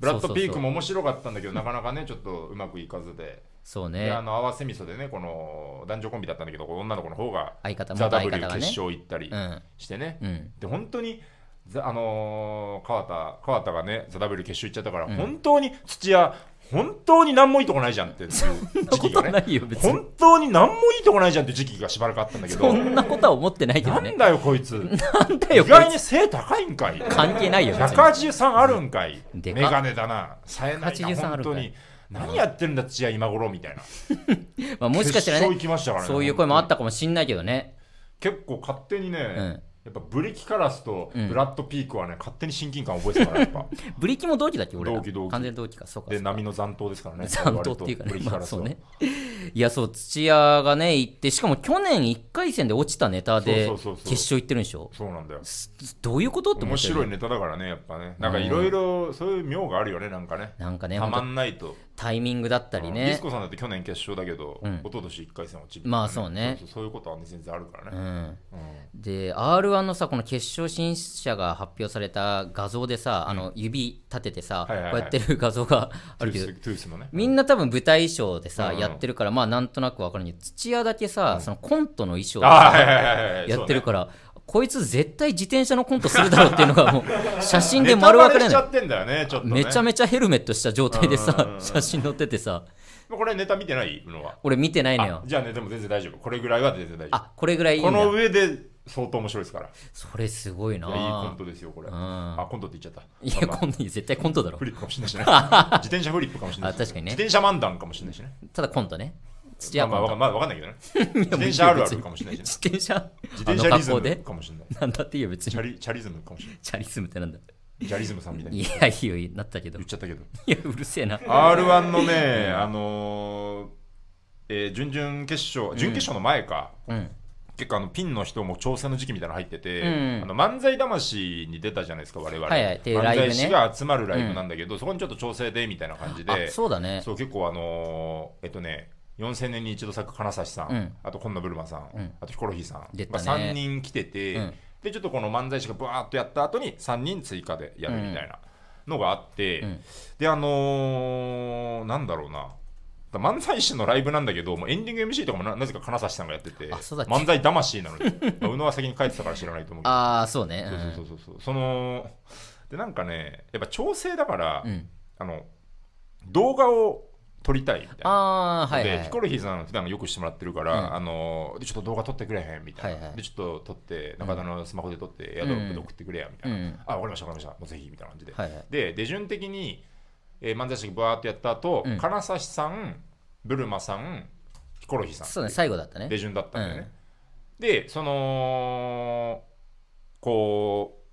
Speaker 2: ブラッドピークも面白かったんだけど、なかなかね、ちょっとうまくいかずで。
Speaker 1: そう
Speaker 2: で
Speaker 1: ね
Speaker 2: あの合わせ味噌でねこの男女コンビだったんだけどこう女の子の方が
Speaker 1: 相方
Speaker 2: ザ・
Speaker 1: 元相
Speaker 2: W 決
Speaker 1: 方がね
Speaker 2: 勝行ったり
Speaker 1: うん
Speaker 2: してね、
Speaker 1: うん
Speaker 2: で本当にザあのー川田川田がねザ・ W 決勝行っちゃったから、本当に土屋本当に何もいいとこないじゃんっていう時期がね
Speaker 1: いよ別に
Speaker 2: 本当に何もいいとこないじゃんって時期がしばらくあったんだけ
Speaker 1: そ
Speaker 2: ど
Speaker 1: んなことは思ってないけど
Speaker 2: な
Speaker 1: ね
Speaker 2: んだよこいつ
Speaker 1: なんだよ
Speaker 2: 意
Speaker 1: これ
Speaker 2: 外に背高い
Speaker 1: [laughs]
Speaker 2: んかい
Speaker 1: 関係ないよ別に
Speaker 2: 183あるんかい
Speaker 1: で
Speaker 2: メ
Speaker 1: か
Speaker 2: ガネだな冴えないな
Speaker 1: 183あ
Speaker 2: 本
Speaker 1: るんかい
Speaker 2: 当に何やってるんだ土屋今頃みたいな
Speaker 1: まあもしかしたら
Speaker 2: 決勝
Speaker 1: ね
Speaker 2: 行きましたからね
Speaker 1: そういう声もあったかもしんないけどね
Speaker 2: 結構勝手にね、
Speaker 1: ん
Speaker 2: やっぱブリキカラスと
Speaker 1: うん
Speaker 2: ブラッドピークはね、勝手に親近感覚えてたからやっぱ
Speaker 1: ブリキも同期だっけ俺ら
Speaker 2: 同期同期
Speaker 1: 完全に同期かそうか
Speaker 2: で波の残党ですからね
Speaker 1: 残党っていうか
Speaker 2: 我々とブ
Speaker 1: ね
Speaker 2: リキカ
Speaker 1: まあ
Speaker 2: ラス
Speaker 1: そ
Speaker 2: は
Speaker 1: うねいやそう土屋がね行ってしかも去年1回戦で落ちたネタで
Speaker 2: そう
Speaker 1: 決
Speaker 2: そうそうそう
Speaker 1: 勝行ってるんでしょ
Speaker 2: そうなんだよ
Speaker 1: すすどういうことって思
Speaker 2: 面
Speaker 1: ったよね
Speaker 2: 白いネタだからねやっぱねなんかいろいろそういう妙があるよねなんかね
Speaker 1: なんかね
Speaker 2: た
Speaker 1: ほん
Speaker 2: ま
Speaker 1: と
Speaker 2: んないと、
Speaker 1: タイミングだったり
Speaker 2: うんディ
Speaker 1: ね
Speaker 2: スコさんだって去年決勝だけど、
Speaker 1: うん
Speaker 2: 一昨年一回戦落ちる、
Speaker 1: まあそうね
Speaker 2: そうそういうことはね全然あるから
Speaker 1: う
Speaker 2: ね、
Speaker 1: ん
Speaker 2: うん
Speaker 1: で r 1のさこの決勝進出者が発表された画像でさ、あの指立ててさ、
Speaker 2: はいはいはい
Speaker 1: こうやってる画像があるけ
Speaker 2: ト
Speaker 1: ど
Speaker 2: ゥーストゥースのね
Speaker 1: みんな多分舞台衣装でさ、
Speaker 2: うん
Speaker 1: やってるからまあなんとなくわかるのに土屋だけさ、そのコントの衣装で
Speaker 2: あ
Speaker 1: さ
Speaker 2: ーはいはいはいはい
Speaker 1: やってる
Speaker 2: か
Speaker 1: から、こいつ絶対自転車のコントするだろうっていうのがも
Speaker 2: [laughs]
Speaker 1: う写真で
Speaker 2: ネタ
Speaker 1: 丸
Speaker 2: バ
Speaker 1: 分か
Speaker 2: レ
Speaker 1: れ
Speaker 2: しちゃ
Speaker 1: ない
Speaker 2: ってんだよねちょっとね
Speaker 1: めちゃ
Speaker 2: め
Speaker 1: めちゃヘルメットした状態で
Speaker 2: うんうん
Speaker 1: さ
Speaker 2: うん
Speaker 1: 写真載っててさ
Speaker 2: これネタ見てないのは
Speaker 1: 俺見てないの
Speaker 2: あ
Speaker 1: よ
Speaker 2: じゃあねでも全然大丈夫これぐらいは全然大丈夫
Speaker 1: あこれぐらいいい
Speaker 2: こ
Speaker 1: んだ
Speaker 2: の上で相当面白いですから。い
Speaker 1: それすごいな
Speaker 2: やいいコントですよ、これ。
Speaker 1: ん
Speaker 2: あ、コントって言っちゃった。
Speaker 1: いや
Speaker 2: まあまあ
Speaker 1: コント絶対コントだろ
Speaker 2: フリップかもしれな
Speaker 1: [laughs]
Speaker 2: いしね。自転車フリップかもしれないし
Speaker 1: あ確かにね
Speaker 2: 自転車漫談かもしれないしね。
Speaker 1: ただコントね土屋
Speaker 2: まあま
Speaker 1: コ
Speaker 2: あ
Speaker 1: ント
Speaker 2: わかまあわかんないけどね。
Speaker 1: [laughs]
Speaker 2: 自転車あるあるかもしれないしね。
Speaker 1: 自転車
Speaker 2: 自
Speaker 1: あ
Speaker 2: 転
Speaker 1: の
Speaker 2: 車リ
Speaker 1: 格
Speaker 2: ズ
Speaker 1: 好
Speaker 2: ム
Speaker 1: で
Speaker 2: かもしれない。
Speaker 1: なんだって言うよ別
Speaker 2: チャ
Speaker 1: に
Speaker 2: リチャリズムかもしれな
Speaker 1: チャリズムってなんだ
Speaker 2: い。チャリズムさんみたい
Speaker 1: い
Speaker 2: に
Speaker 1: やいいよいいなったけど
Speaker 2: 言っ
Speaker 1: い
Speaker 2: ちゃったけど。
Speaker 1: やうるせえな
Speaker 2: R1 のね、あのー、えー準々決勝、準決勝の前か。
Speaker 1: うん
Speaker 2: 結構あのピンの人も調整の時期みたいなの入ってて、
Speaker 1: うん
Speaker 2: あの漫才魂に出たじゃないですか我々、
Speaker 1: はいはいっていうライ
Speaker 2: 漫
Speaker 1: ブね
Speaker 2: 才師が集まるライブなんだけど、そこにちょっと調整でみたいな感じ
Speaker 1: あ
Speaker 2: で
Speaker 1: そうだね
Speaker 2: そう結構あのーえっとね4000年に一度咲く金指さん、
Speaker 1: うん
Speaker 2: あと今野ブルマさん、
Speaker 1: うん
Speaker 2: あとヒコロヒーさん
Speaker 1: 出た
Speaker 2: が
Speaker 1: ね
Speaker 2: 3人来てて、
Speaker 1: うん
Speaker 2: でちょっとこの漫才師がバーッとやった後に3人追加でやるみたいなのがあって、
Speaker 1: ん
Speaker 2: であのーなんだろうな漫才師のライブなんだけど、もうエンディング MC とかもななぜか金指さんがやってて、
Speaker 1: あそうだっけ
Speaker 2: 漫才魂なのに、 [laughs] まあ宇野は先に帰ってたから知らないと思うけ
Speaker 1: [laughs]
Speaker 2: ど
Speaker 1: ああそうねう
Speaker 2: そうそうんそうそう、そのでなんかね、やっぱ調整だから、
Speaker 1: うん
Speaker 2: あの動画を撮りたいみたいな。
Speaker 1: ああはいは
Speaker 2: で
Speaker 1: い
Speaker 2: ヒコロヒーさん普段よくしてもらってるから、
Speaker 1: うん
Speaker 2: あのでちょっと動画撮ってくれへんみたいな、
Speaker 1: はいはい
Speaker 2: でちょっと撮って中田のスマホで撮って、エアドロップで送ってくれやみたいな、
Speaker 1: うん
Speaker 2: あわかりましたわかりましたもうぜひみたいな感じで、
Speaker 1: はいはい
Speaker 2: で手順的に、えー漫才師がバーっとやった後、
Speaker 1: うん
Speaker 2: 金指さんブルマさんヒコロヒーさん
Speaker 1: そうね最後だったね
Speaker 2: 手順だったんだよね、でそのこう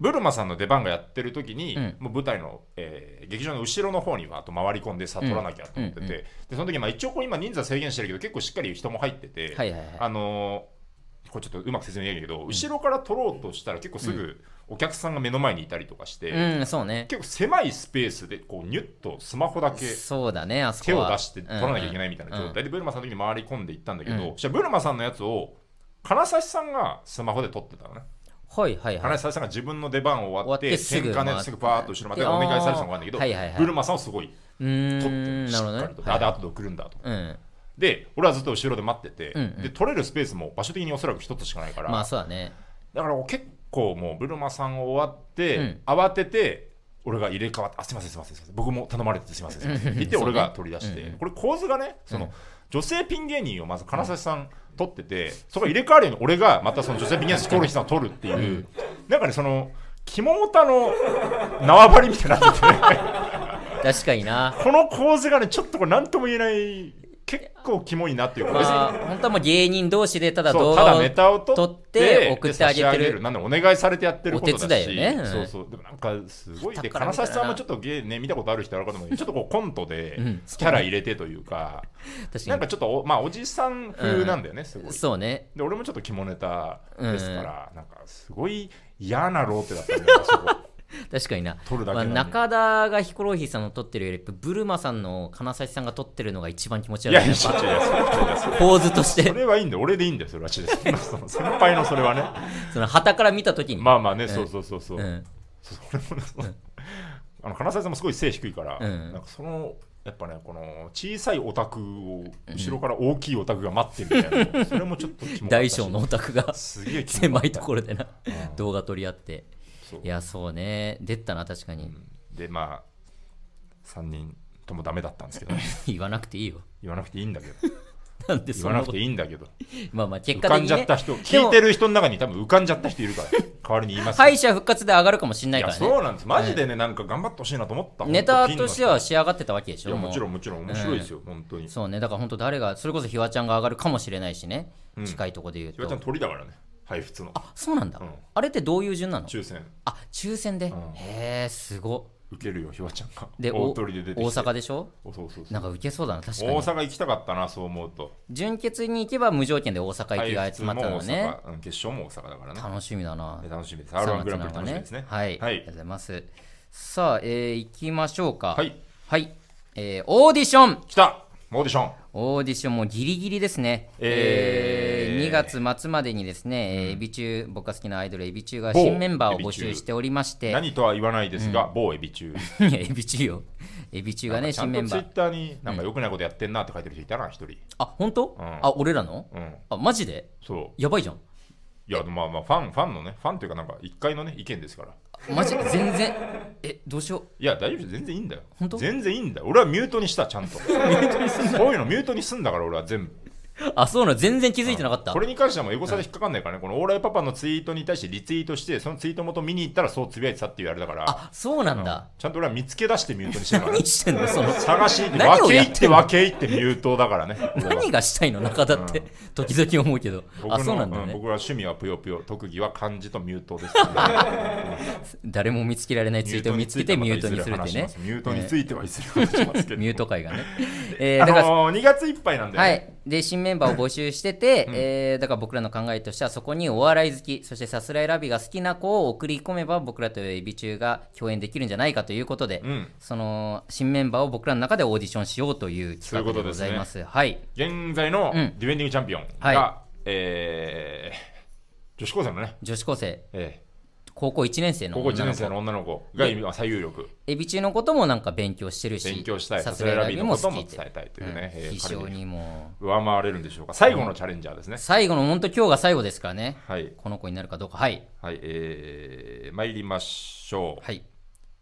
Speaker 2: ブルマさんの出番がやってる時に、
Speaker 1: うん
Speaker 2: もう舞台の、えー劇場の後ろの方にはあと回り込んでさ取らなきゃと思って
Speaker 1: う
Speaker 2: て、
Speaker 1: んうんう
Speaker 2: でその時、まあ、一応こう今人数は制限してるけど結構しっかり人も入ってて、
Speaker 1: はいはいはい
Speaker 2: あのーこれちょっとうまく説明できないけど、後ろから取ろうとしたら結構すぐお客さんが目の前にいたりとかして、
Speaker 1: うんそうね
Speaker 2: 結構狭いスペースでこうニュッとスマホだけ
Speaker 1: そうだねあそ
Speaker 2: 手
Speaker 1: こは
Speaker 2: を出して取らなきゃいけないみたいな状態でブルマさんの時に回り込んでいったんだけど、そしたらブルマさんのやつを金指さんがスマホで撮ってたのね
Speaker 1: はいはいは
Speaker 2: 金
Speaker 1: い
Speaker 2: 指さんが自分の出番終わって
Speaker 1: 終わってすぐ
Speaker 2: 転換ですぐパーッと後ろまで
Speaker 1: で
Speaker 2: お願いされてたのがあるんだけど、
Speaker 1: あーはいはいはい
Speaker 2: ブルマさんをすごい撮
Speaker 1: う
Speaker 2: って
Speaker 1: ー
Speaker 2: る
Speaker 1: ん
Speaker 2: し
Speaker 1: な
Speaker 2: っ
Speaker 1: る
Speaker 2: か
Speaker 1: ほどね
Speaker 2: りと、
Speaker 1: はい
Speaker 2: あで後で送るんだと
Speaker 1: うん
Speaker 2: で俺はずっと後ろで待ってて、
Speaker 1: うんうん
Speaker 2: で撮れるスペースも場所的におそらく一つしかないから、
Speaker 1: まあそうだね
Speaker 2: だから結構もうブルマさん終わって、
Speaker 1: うん
Speaker 2: 慌てて俺が入れ替わってあすいませんすいませんすいません僕も頼まれててすいませんすいませんって言って
Speaker 1: そう
Speaker 2: 俺
Speaker 1: ね
Speaker 2: が取り出して、
Speaker 1: うんうん
Speaker 2: これ構図がねその、
Speaker 1: うん
Speaker 2: 女性ピン芸人をまず金指さん取ってて、そこが入れ替わるように俺がまたその女性ピン芸人ヒコロヒーさんを取るっていう、なんかねその肝もたの縄張りみたいになってて、
Speaker 1: 確かにな
Speaker 2: この構図がねちょっとこれ何とも言えない結構キモいなっていうか別に
Speaker 1: まあ本当はもう芸人同士でただ
Speaker 2: そ
Speaker 1: 動
Speaker 2: うた
Speaker 1: 画
Speaker 2: だ
Speaker 1: を
Speaker 2: ネタを撮
Speaker 1: 撮
Speaker 2: っ
Speaker 1: ってて送ってあげてる
Speaker 2: で差しなんでお願いされてやってることだし
Speaker 1: お手伝いよねうん
Speaker 2: そうそうでもなんかすごいで
Speaker 1: だから
Speaker 2: 金
Speaker 1: みたいな
Speaker 2: 指さんもちょっと芸ね見たことある人あるかと思うけどちょっとこうコントで
Speaker 1: うん
Speaker 2: キャラ入れてというか、
Speaker 1: 確か
Speaker 2: なんか
Speaker 1: に
Speaker 2: ちょっとお,、まあ、おじさん風なんだよね、すごい
Speaker 1: そうね
Speaker 2: で俺もちょっと肝ネタですから、なんかすごい嫌なローテだったん
Speaker 1: [laughs]
Speaker 2: だよそこ
Speaker 1: 確かにな
Speaker 2: 撮るだけ
Speaker 1: まあ、
Speaker 2: なのに
Speaker 1: 中田がヒコロヒーさんの撮ってるよりブルマさんの金指さんが撮ってるのが一番気持ち
Speaker 2: い
Speaker 1: 悪い
Speaker 2: やい
Speaker 1: ね
Speaker 2: やい
Speaker 1: や
Speaker 2: や
Speaker 1: っ
Speaker 2: そ
Speaker 1: ぱ
Speaker 2: れいやそれ
Speaker 1: 構図とし
Speaker 2: そ
Speaker 1: て
Speaker 2: れはいいんだよ俺でいいんだよそれはちですその先輩のそれはね
Speaker 1: その旗から見た時に、
Speaker 2: まあまあね、そうそうそうそう、
Speaker 1: うん、
Speaker 2: そう俺もねそのあの金沢さんもすごい背低いから、
Speaker 1: うん
Speaker 2: なんかそのやっぱねこの小さいオタクを後ろから大きいオタクが待ってるみたいな、それもちょっとキモかった
Speaker 1: 大
Speaker 2: し
Speaker 1: 小のお宅が [laughs]
Speaker 2: すげえキ
Speaker 1: 狭
Speaker 2: モかった
Speaker 1: いところでな
Speaker 2: うん
Speaker 1: 動画撮り合って
Speaker 2: そう
Speaker 1: いやそうね出てたな確かに、
Speaker 2: でまあ3人ともダメだったんで
Speaker 1: [laughs]
Speaker 2: すけど、
Speaker 1: 言わなくていいよ
Speaker 2: 言わなくていいんだけど
Speaker 1: なんで
Speaker 2: 言
Speaker 1: そん
Speaker 2: わ
Speaker 1: な
Speaker 2: な
Speaker 1: こと
Speaker 2: くていいんだけど
Speaker 1: まあまあ結
Speaker 2: 浮
Speaker 1: 果
Speaker 2: か
Speaker 1: 的
Speaker 2: ん
Speaker 1: に、
Speaker 2: じ
Speaker 1: ね、
Speaker 2: ゃった人
Speaker 1: でも
Speaker 2: 聞いてる人の中に多分浮かんじゃった人いるから代わりに言いますけど
Speaker 1: 敗者復活で上がるかもしれないいか
Speaker 2: や
Speaker 1: ら
Speaker 2: そう
Speaker 1: ね
Speaker 2: なんですマジでね、なんか頑張ってほしいなと思った
Speaker 1: ネタとしては仕上がってたわけでし
Speaker 2: い
Speaker 1: ょ
Speaker 2: やもちろ
Speaker 1: ん
Speaker 2: んもちろん面白いですよ、本当に
Speaker 1: そうねだから本当誰がそれこそひわちゃんが上がるかもしれないしね、
Speaker 2: うん
Speaker 1: 近いとこで言う
Speaker 2: ひわちゃん
Speaker 1: と
Speaker 2: 鳥だからね配布の
Speaker 1: あそうなんだ、
Speaker 2: うん
Speaker 1: あれってどういう順なの
Speaker 2: 抽選
Speaker 1: あ抽選で、
Speaker 2: ん
Speaker 1: へえすご
Speaker 2: 受けるよひわちゃんが
Speaker 1: でお
Speaker 2: 大鳥で出てきて
Speaker 1: 大阪でしょ
Speaker 2: おそうそうそう
Speaker 1: なんか受けそうだな確か
Speaker 2: 大
Speaker 1: に
Speaker 2: 阪行きたかったなそう思うと
Speaker 1: 準決に行けば無条件で大阪行きが
Speaker 2: 配
Speaker 1: 集
Speaker 2: 布
Speaker 1: ま
Speaker 2: も
Speaker 1: った
Speaker 2: 大
Speaker 1: のね
Speaker 2: 阪、うん、決勝も大阪だからね
Speaker 1: 楽しみだな
Speaker 2: え楽しみです R1 グランプリ
Speaker 1: 3
Speaker 2: 楽しみですね
Speaker 1: はい、
Speaker 2: は
Speaker 1: ありがと
Speaker 2: い
Speaker 1: うございますさあ、えー、行きましょうか
Speaker 2: はい、
Speaker 1: はいえーオーディション
Speaker 2: 来たオーディション
Speaker 1: オーディションもギリギリですね、
Speaker 2: えー
Speaker 1: えー2月末までにですね、えーエビ中僕が好きなアイドルエビ中が
Speaker 2: 某
Speaker 1: 新メンバーを募
Speaker 2: エビ
Speaker 1: 集
Speaker 2: 中
Speaker 1: しておりまして [laughs]
Speaker 2: 何とは言わないですが、某エビ中
Speaker 1: いやエビ中よエビ中が
Speaker 2: なん
Speaker 1: ね
Speaker 2: かちゃ
Speaker 1: 新
Speaker 2: ん
Speaker 1: メ
Speaker 2: と
Speaker 1: ン
Speaker 2: ツイ
Speaker 1: バ
Speaker 2: ッ
Speaker 1: ー
Speaker 2: ターになんか良くないことやってんなって書いてる人いたな一人
Speaker 1: あ本当、
Speaker 2: うん
Speaker 1: あ俺らの、
Speaker 2: うん
Speaker 1: あマジで
Speaker 2: そう
Speaker 1: やばいじゃん
Speaker 2: いやまあまあファンファンのねファンというかなんか一回のね意見ですから
Speaker 1: マジ全然えどうしよう
Speaker 2: いや大丈夫です全然いいんだよ
Speaker 1: 本当
Speaker 2: 全然いいんだよ俺はミュートにしたちゃんとそういうのミュートにすんだから俺は全部
Speaker 1: あそうなの全然気づいてなかった
Speaker 2: これに関してはもうエゴサで引っかかんないからね、このオーライパパのツイートに対してリツイートして、そのツイート元見に行ったらそうつぶやいてたっていうあれだから、
Speaker 1: あそうなんだ、
Speaker 2: ちゃんと俺は見つけ出してミュートにしてるから、
Speaker 1: [laughs] 何してんのその
Speaker 2: 探しに行って、
Speaker 1: 何
Speaker 2: 分
Speaker 1: を
Speaker 2: け
Speaker 1: や
Speaker 2: 入
Speaker 1: っ
Speaker 2: って
Speaker 1: てんの
Speaker 2: 分け入ってミュートだからね。俺は
Speaker 1: 何がしたいの中田って、時々思うけど
Speaker 2: 僕
Speaker 1: あ
Speaker 2: の
Speaker 1: そうなんだ
Speaker 2: うん
Speaker 1: ね、
Speaker 2: 僕は趣味はぷよぷよ、特技は漢字とミュートです。
Speaker 1: 誰も見つけられないツイートを見つけてミュートにするってね
Speaker 2: ミュートについてはいずれ話しますけど。
Speaker 1: ミュート会が
Speaker 2: [laughs]
Speaker 1: ね、えー
Speaker 2: あ
Speaker 1: だから
Speaker 2: のー、2月いっぱいなんで、
Speaker 1: はい、で新メンバーを募集してて、えーだから僕らの考えとしてはそこにお笑い好きそしてさすらいラビが好きな子を送り込めば僕らとエビ中が共演できるんじゃないかということで、
Speaker 2: うん
Speaker 1: その新メンバーを僕らの中でオーディションしようという企画でございますはい
Speaker 2: 現在の
Speaker 1: うん
Speaker 2: ディフェンディングチャンピオンが、
Speaker 1: は
Speaker 2: えー女子高生のね、
Speaker 1: 女子高生
Speaker 2: えー
Speaker 1: 高校1年生の
Speaker 2: 高校1年生の女の子が今最有力
Speaker 1: エビ中のこともなんか勉強してるし
Speaker 2: 勉強したい
Speaker 1: さ
Speaker 2: さ
Speaker 1: す
Speaker 2: す
Speaker 1: ら
Speaker 2: ら
Speaker 1: い
Speaker 2: い
Speaker 1: ラ
Speaker 2: ラ
Speaker 1: ビ
Speaker 2: ビ
Speaker 1: ー
Speaker 2: ー
Speaker 1: も
Speaker 2: の
Speaker 1: 好き
Speaker 2: こと
Speaker 1: っ
Speaker 2: も
Speaker 1: て
Speaker 2: 伝えたいというね、え
Speaker 1: うん
Speaker 2: ー
Speaker 1: 非常
Speaker 2: 彼
Speaker 1: にもう
Speaker 2: 上回れるんでしょうか最後のチャレンジャーですね、
Speaker 1: 最後の本当今日が最後ですからね
Speaker 2: はい
Speaker 1: この子になるかどうかはい
Speaker 2: はいえー、参りましょう、
Speaker 1: はい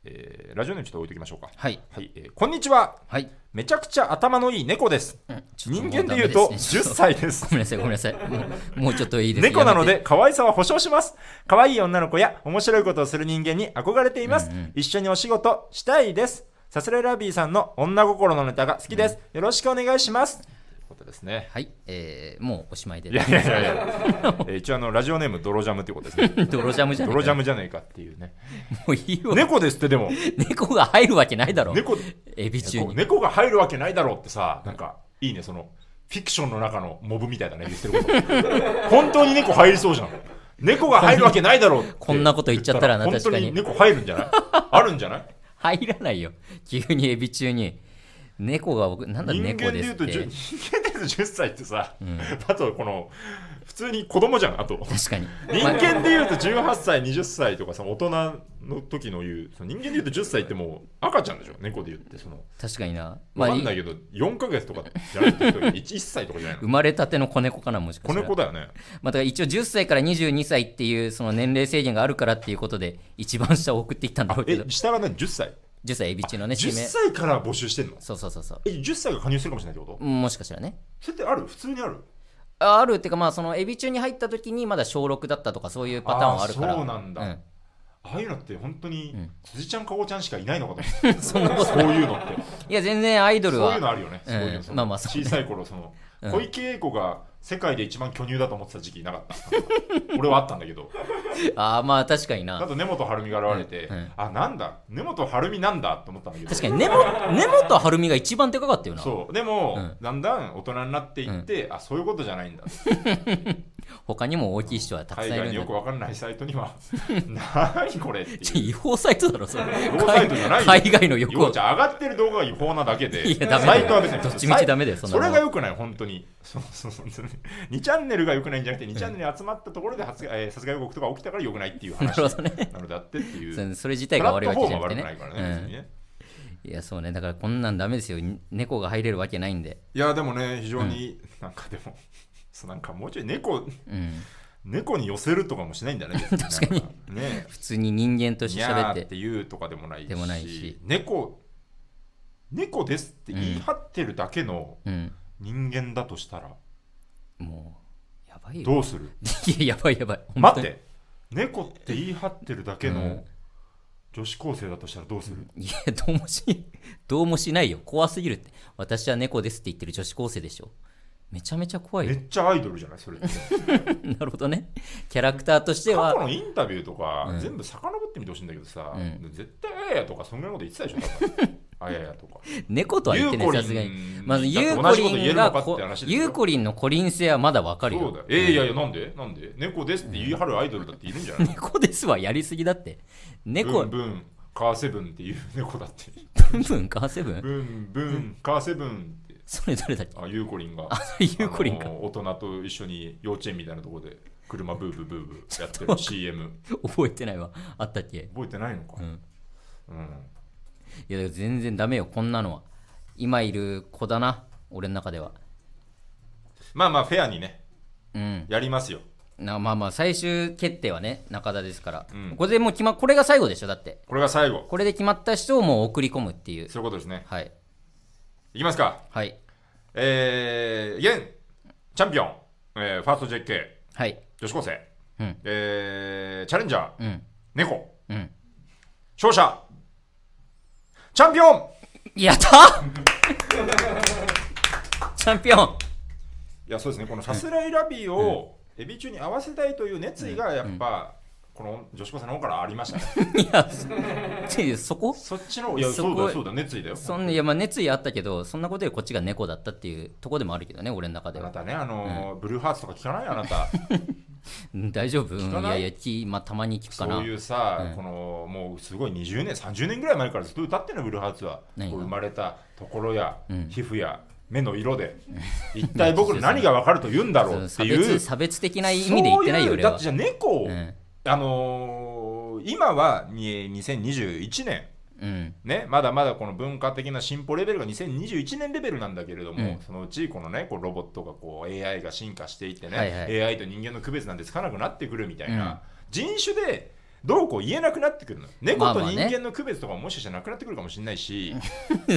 Speaker 2: えーラジオネームちょっと置いときましょうか
Speaker 1: はい
Speaker 2: はい、えーこんにちは
Speaker 1: はい
Speaker 2: めちゃくちゃ頭のいい猫です、
Speaker 1: ちょっと
Speaker 2: 人
Speaker 1: も
Speaker 2: 間で
Speaker 1: ダ
Speaker 2: 言
Speaker 1: メ
Speaker 2: うと
Speaker 1: すね
Speaker 2: 10歳です
Speaker 1: ごめんなさい、ごめんなさい。もうもうちょっといいです
Speaker 2: 猫なの
Speaker 1: やめ
Speaker 2: で可愛さは保証します可愛い女の子や面白いことをする人間に憧れています、一緒にお仕事したいですさすらいラビーさんの女心のネタが好きです、よろしくお願いしますということですね
Speaker 1: て。
Speaker 2: [laughs]
Speaker 1: はい、えー、もうおしまいで。
Speaker 2: いやいやいやいや、えー一応あのラジオネーム泥ジャムってことです [laughs]
Speaker 1: [laughs]
Speaker 2: ね
Speaker 1: 泥ジャムじゃねえか
Speaker 2: 泥ジャムじゃねえかっていう [laughs] ね
Speaker 1: もういいわ。
Speaker 2: 猫ですってでも
Speaker 1: 猫が入るわけないだろ。
Speaker 2: 猫
Speaker 1: エビ中
Speaker 2: 猫
Speaker 1: に。
Speaker 2: 猫が入るわけないだろうってさなんかいいねそのフィクションの中のモブみたいだね言ってること本当に猫入りそうじゃん猫が入るわけないだろうって
Speaker 1: こんなこと言っちゃったらな
Speaker 2: 言本当
Speaker 1: 確か
Speaker 2: に猫入るんじゃないあるんじゃない
Speaker 1: 入らないよ。急にエビ中に。猫が僕、なんだ
Speaker 2: 人間
Speaker 1: 猫で
Speaker 2: で言
Speaker 1: すっ
Speaker 2: うと
Speaker 1: て。
Speaker 2: 10人間で言うと10歳ってさ、あとこの普通に子供じゃんあと
Speaker 1: 確かに。
Speaker 2: 人間で言うと18歳20歳とかさ大人の時の言うその人間で言うと10歳ってもう赤ちゃんでしょ猫で言ってその
Speaker 1: 確かにな。
Speaker 2: わか
Speaker 1: い
Speaker 2: んないけど4ヶ月とかじゃないと 1, 歳とかじゃない
Speaker 1: 生
Speaker 2: の
Speaker 1: まれたての子猫かな、もしか
Speaker 2: 子
Speaker 1: したら。
Speaker 2: 猫だよね
Speaker 1: まあ、だから一応10歳から22歳っていうその年齢制限があるからっていうことで、一番下を送ってきたんだろうけど
Speaker 2: え、下がね10歳
Speaker 1: 10歳エビ中のね、
Speaker 2: 10
Speaker 1: 指名。
Speaker 2: 歳から募集してんの
Speaker 1: そうそうそうそう。
Speaker 2: え10歳が加入してるかもしれないってこと
Speaker 1: もしかしたらね。
Speaker 2: それってある普通にある
Speaker 1: ああるっていうかまあそのエビ中に入った時にまだ小6だったとかそういうパターンはあるから
Speaker 2: あーそうなんだああいうのって本当に
Speaker 1: うん
Speaker 2: 辻ちゃんかごちゃんしかいないのかと思って
Speaker 1: そんなこと
Speaker 2: そういうのって
Speaker 1: いや全然アイドル
Speaker 2: そういうの
Speaker 1: は
Speaker 2: あるよね、
Speaker 1: うん
Speaker 2: そういうのその
Speaker 1: まあまあそうね
Speaker 2: 小さい頃その、
Speaker 1: うん
Speaker 2: 小池栄子が世界で一番巨乳だと思ってた時期なかった俺はあったんだけど
Speaker 1: ああまあ確かに
Speaker 2: あ
Speaker 1: な
Speaker 2: と根本晴美が現れて、
Speaker 1: うんうん
Speaker 2: あなんだ根本晴美なんだと思ったんだけど
Speaker 1: 確かに根本根本晴美が一番でかかったよな
Speaker 2: そうでも、
Speaker 1: うん
Speaker 2: だんだん大人になっていって、あそういうことじゃないんだ
Speaker 1: 他にも大きい人はたくさんいるん
Speaker 2: 海外に
Speaker 1: だ
Speaker 2: よくわかんないサイト
Speaker 1: [laughs]
Speaker 2: には何これって
Speaker 1: ちょ
Speaker 2: い
Speaker 1: [laughs]
Speaker 2: う
Speaker 1: 違法サイトだろそれ
Speaker 2: 違法サイトじゃないよ
Speaker 1: 海外のよく
Speaker 2: よ
Speaker 1: わ
Speaker 2: うちゃん上がってる動画が違法なだけで
Speaker 1: いやダメだよ
Speaker 2: サイトは別に
Speaker 1: どっちみちダメだよそ
Speaker 2: そ
Speaker 1: んなもん
Speaker 2: れがよくない本当にそうそうそう2チャンネルがよくないんじゃなくて2チャンネルに集まったところで殺害えー殺害予告とか起きたからよくないっていう
Speaker 1: な
Speaker 2: 話
Speaker 1: るほどね
Speaker 2: なのであってっていう
Speaker 1: そそれ自
Speaker 2: プ
Speaker 1: 体が
Speaker 2: ラッ
Speaker 1: 悪い
Speaker 2: ト
Speaker 1: わ
Speaker 2: フ
Speaker 1: け
Speaker 2: ォー
Speaker 1: じゃ
Speaker 2: ムは
Speaker 1: なく
Speaker 2: 悪
Speaker 1: て
Speaker 2: く
Speaker 1: ね
Speaker 2: ないからね,、別にね
Speaker 1: うん、いやそうねだからこんなんダメですよに猫が入れるわけないんで
Speaker 2: いやでもね非常に、なんかでもそうなんかもうちょい猫
Speaker 1: うん
Speaker 2: 猫に寄せるとかもしないんだね確かにね
Speaker 1: 普通に人間とし
Speaker 2: い
Speaker 1: て
Speaker 2: や
Speaker 1: 喋っ
Speaker 2: ーってて言うとかでもないし
Speaker 1: でもないし
Speaker 2: 猫猫ですって言い張ってるだけの
Speaker 1: うん
Speaker 2: 人間だとしたら
Speaker 1: もうやばいよ
Speaker 2: どうする、
Speaker 1: [laughs] いややばいやばい本当に
Speaker 2: 待って猫って言い張ってるだけ
Speaker 1: う
Speaker 2: の
Speaker 1: ん
Speaker 2: 女子高生だとしたらどうする、
Speaker 1: いやどうもしどうもしないよ怖すぎるって私は猫ですって言ってる女子高生でしょめちゃめちゃ怖い
Speaker 2: め
Speaker 1: よ
Speaker 2: っちゃアイドルじゃないそれって
Speaker 1: [laughs] なるほどねキャラクターとして
Speaker 2: 過去
Speaker 1: は
Speaker 2: のインタビューとか、
Speaker 1: うん
Speaker 2: 全部遡ってみてほしいんだけどさ、
Speaker 1: う
Speaker 2: 絶対あややとかそんぐらいのこと言って
Speaker 1: [laughs]
Speaker 2: たでしょ多分あややとか
Speaker 1: 猫とは言ってね
Speaker 2: ゆうこりん
Speaker 1: さすがにまず
Speaker 2: だって
Speaker 1: ゆう
Speaker 2: 同
Speaker 1: こ
Speaker 2: じこと言え
Speaker 1: りん
Speaker 2: るの
Speaker 1: が
Speaker 2: かって
Speaker 1: こ
Speaker 2: 話ですよ
Speaker 1: ゆうこりんのコリン性はまだわかるよ
Speaker 2: そうだよえーいやいやなんでなんで猫ですって言い張るアイドルだっているんじゃな
Speaker 1: [laughs]
Speaker 2: い、
Speaker 1: 猫ですはやりすぎだって猫
Speaker 2: ブンブンカーセブンっていう猫だ
Speaker 1: [laughs]
Speaker 2: って
Speaker 1: ブンブンカーセブン
Speaker 2: ブンブンカーセブンって
Speaker 1: それどれだっけ
Speaker 2: あゆうこりんが
Speaker 1: あそれ [laughs] ゆうこりん
Speaker 2: あ
Speaker 1: か
Speaker 2: の大人と一緒に幼稚園みたいなところで車ブーブーブーブーやってる CM
Speaker 1: 覚えてないわあったっけ
Speaker 2: 覚えてないのか、
Speaker 1: うん
Speaker 2: うん
Speaker 1: いやだから全然ダメよこんなのは今いる子だな俺の中では
Speaker 2: まあまあフェアにね
Speaker 1: うん
Speaker 2: やりますよ
Speaker 1: なまあまあ最終決定はね中田ですから、
Speaker 2: うん
Speaker 1: これでもう決まこれが最後でしょだって
Speaker 2: これが最後
Speaker 1: これで決まった人をもう送り込むっていう
Speaker 2: そういうことですね
Speaker 1: はい
Speaker 2: いきますか
Speaker 1: はい
Speaker 2: えー、現チャンピオン、えーファースト JK
Speaker 1: はい
Speaker 2: 女子高生、
Speaker 1: うん
Speaker 2: えーチャレンジャー
Speaker 1: うん
Speaker 2: 猫
Speaker 1: うん
Speaker 2: 勝者チャンピオン
Speaker 1: やった [laughs] チャン [laughs] ピオン
Speaker 2: いやそうですねこのさすらいラビーをエビ中に合わせたいという熱意がやっぱ、この女子高生の方からありましたね。
Speaker 1: いやそち [laughs] そこ
Speaker 2: そっちの、い
Speaker 1: いや
Speaker 2: や、そ
Speaker 1: そ
Speaker 2: う
Speaker 1: こ
Speaker 2: だ、そうだ、熱意だよ。
Speaker 1: そんないやまあ熱意あったけどそんなことよりこっちが猫だったっていうとこでもあるけどね俺の中
Speaker 2: あ
Speaker 1: で
Speaker 2: な
Speaker 1: は、
Speaker 2: たね、あのー、ブルーハーツとか聞かないあなた。
Speaker 1: うん、大丈夫、うん、
Speaker 2: 聞か
Speaker 1: い
Speaker 2: な
Speaker 1: や
Speaker 2: い
Speaker 1: いやき、まあ、たま [laughs] に聞くかな
Speaker 2: そういうさ、
Speaker 1: うん
Speaker 2: この、もうすごい20年、30年ぐらい前からずっと歌ってんの、ブルーハーツは。こう
Speaker 1: 何が
Speaker 2: 生まれたところや
Speaker 1: うん、
Speaker 2: 皮膚や、目の色で、 [laughs] 一体僕の何が分かると言う
Speaker 1: [laughs]
Speaker 2: んだろうっ
Speaker 1: 差
Speaker 2: ていう。
Speaker 1: 別差別的な意味で言ってないよ
Speaker 2: そうう
Speaker 1: 俺
Speaker 2: だっ
Speaker 1: は
Speaker 2: てじゃあ猫を、
Speaker 1: うん
Speaker 2: あのー今はに2021年。
Speaker 1: うん
Speaker 2: ね、まだまだこの文化的な進歩レベルが2021年レベルなんだけれども、
Speaker 1: うん
Speaker 2: そのうちこの、ね、こうロボットがこう AI が進化していってね、
Speaker 1: はいは
Speaker 2: AI と人間の区別なんてつかなくなってくるみたい
Speaker 1: うん
Speaker 2: な、人種でどうこう言えなくなってくるのよ猫
Speaker 1: まあ
Speaker 2: と
Speaker 1: まあね
Speaker 2: 人間の区別とかももしかしたらなくなってくるかもしれ [laughs] ないし、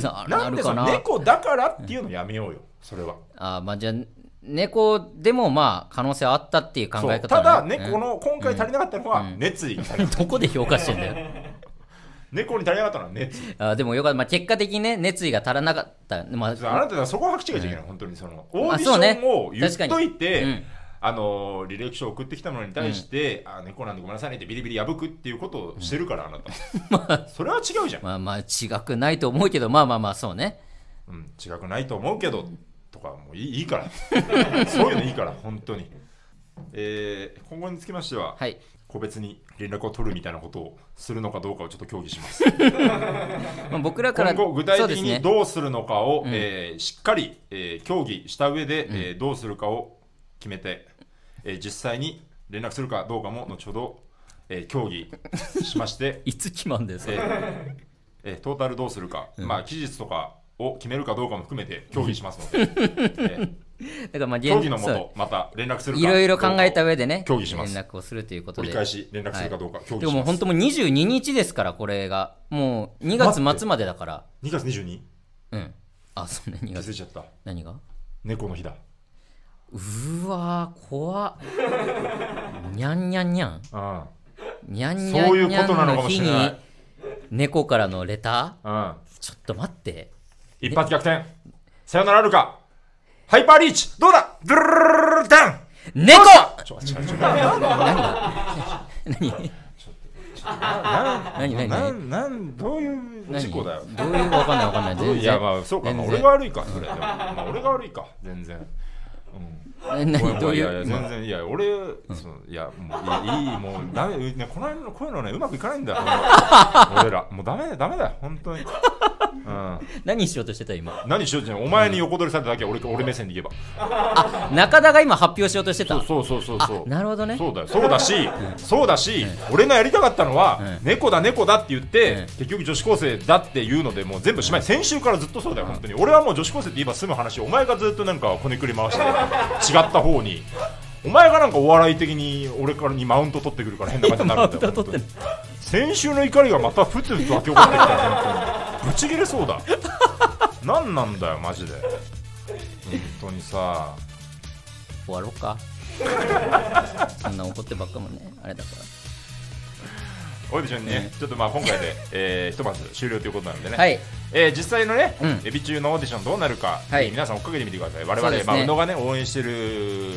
Speaker 1: あ
Speaker 2: な
Speaker 1: なんる
Speaker 2: でそ
Speaker 1: か
Speaker 2: の
Speaker 1: な
Speaker 2: 猫だからっていうのやめようよ、それは。
Speaker 1: あーまあじゃあ猫でもまあ可能性はあったっていう考
Speaker 2: そう
Speaker 1: え方
Speaker 2: ただ、
Speaker 1: ねうん
Speaker 2: 猫の今回足りなかったのは
Speaker 1: うん
Speaker 2: 熱意が足りない、
Speaker 1: [laughs] どこで評価してんだよ
Speaker 2: 猫に足りなかったのは熱意。
Speaker 1: あーでもよかった、まあ、結果的にね熱意が足らなかったま
Speaker 2: あな
Speaker 1: あ
Speaker 2: たはそこは白違いちゃいけない、本当にそのオー
Speaker 1: あ
Speaker 2: ディシ
Speaker 1: そうね
Speaker 2: ョンを言っといて、
Speaker 1: うん
Speaker 2: あの履歴書を送ってきたものに対して、あ猫なんでごめんなさいねってビリビリ破くっていうことをしてるから、あなた、それは違うじゃん、
Speaker 1: まあまあ違くないと思うけどまあまあまあそうね
Speaker 2: うん、違くないと思うけどとかもういいいいから [laughs] そういうのいいから本当に、えー今後につきましては、
Speaker 1: はい
Speaker 2: 個別に連絡を取るみたいなことをするのかどうかをちょっと協議します
Speaker 1: まあ、僕らから
Speaker 2: 今後具体的
Speaker 1: そうで
Speaker 2: に
Speaker 1: すね
Speaker 2: どうするのかを、
Speaker 1: うん
Speaker 2: えーしっかり、えー協議した上で、えーどうするかを決めて、えー実際に連絡するかどうかも後ほど、えー協議しまして
Speaker 1: [laughs] 、いつ決まんだよそ
Speaker 2: え
Speaker 1: れ
Speaker 2: ーえートータルどうするか、
Speaker 1: ん
Speaker 2: まあ期日とかを決めるかどうかも含めて協議しますの
Speaker 1: [laughs] だか
Speaker 2: で、
Speaker 1: らまあ現
Speaker 2: 協議のも
Speaker 1: そう
Speaker 2: とまた連絡するか
Speaker 1: いろいろ考えた
Speaker 2: で
Speaker 1: 上でね
Speaker 2: 協議します
Speaker 1: 連絡をするということで
Speaker 2: 折り返し連絡するかどうか協
Speaker 1: で
Speaker 2: 議し
Speaker 1: も
Speaker 2: ます、
Speaker 1: 本当もう22日ですからこれがもう2月末までだから
Speaker 2: 2月22日
Speaker 1: うんあそうね2
Speaker 2: 気づ
Speaker 1: 月
Speaker 2: [laughs] いちゃった
Speaker 1: 何が
Speaker 2: 猫の日だ
Speaker 1: うーわー怖っにゃんにゃんにゃん
Speaker 2: あ
Speaker 1: にゃんにゃ
Speaker 2: そ
Speaker 1: ん
Speaker 2: ういう
Speaker 1: にゃ
Speaker 2: ことなんの
Speaker 1: の
Speaker 2: かも
Speaker 1: 日
Speaker 2: しれ
Speaker 1: に
Speaker 2: ない
Speaker 1: 猫からのレタ
Speaker 2: うん
Speaker 1: ーちょっと待って
Speaker 2: 一発逆転さよならあるかハイパーリーチどうだドゥルルルルルダン
Speaker 1: 猫
Speaker 2: ちょちょちょ
Speaker 1: 何
Speaker 2: な
Speaker 1: 何何
Speaker 2: なんなんどういう
Speaker 1: 何
Speaker 2: 事故だよ
Speaker 1: どういうわかんないわかんない全然
Speaker 2: いやまあそうか、ま
Speaker 1: 全
Speaker 2: あ、
Speaker 1: 然
Speaker 2: 俺が悪いかそれでも、まあ、俺が悪いか全然、うん、ごめん
Speaker 1: 何
Speaker 2: ご
Speaker 1: どうん
Speaker 2: めい
Speaker 1: い
Speaker 2: やいや
Speaker 1: うまあ
Speaker 2: 全然いや俺、そのいやもういいいいもうダメねこの辺のこういうのねうまくいかないんだよほんま俺らもうダメだよダメだよ本当に、うん、
Speaker 1: 何しようとしてた今
Speaker 2: 何しようってお前に横取りされただけ俺俺目線で言えば
Speaker 1: 中田が今発表しようとしてた
Speaker 2: そうそうそうそうそう
Speaker 1: なるほどね
Speaker 2: そうだよそうだし、
Speaker 1: [laughs]
Speaker 2: そうだし、俺のやりたかったのは、
Speaker 1: うん
Speaker 2: 猫だ猫だって言って、
Speaker 1: うん
Speaker 2: 結局女子高生だっていうのでもう全部しまい、先週からずっとそうだよ本当に俺はもう女子高生って言えば済む話お前がずっとなんかこねく
Speaker 1: [laughs]
Speaker 2: り回して違った方にお前がなんかお笑い的に俺からにマウント取ってくるから変な感じになるんだよ
Speaker 1: マウント取って
Speaker 2: 本当に先週の怒りがまたふつふつ湧き起こってき
Speaker 1: [laughs]
Speaker 2: たよ本当にぶち切れそうだ何なんだよマジで本当にさ
Speaker 1: 終わろう
Speaker 2: [laughs]
Speaker 1: かそんな怒ってばっかもねあれだから
Speaker 2: オーディションね、ちょっとまあ今回で、えー、ひとまず終了ということなのでね、
Speaker 1: はい
Speaker 2: えー実際のね、
Speaker 1: うん
Speaker 2: エビ中のオーディションどうなるか、
Speaker 1: はい
Speaker 2: えー皆さん追っかけてみてください、我
Speaker 1: そ
Speaker 2: 々、
Speaker 1: うですね
Speaker 2: まあ、宇野がね、応援してる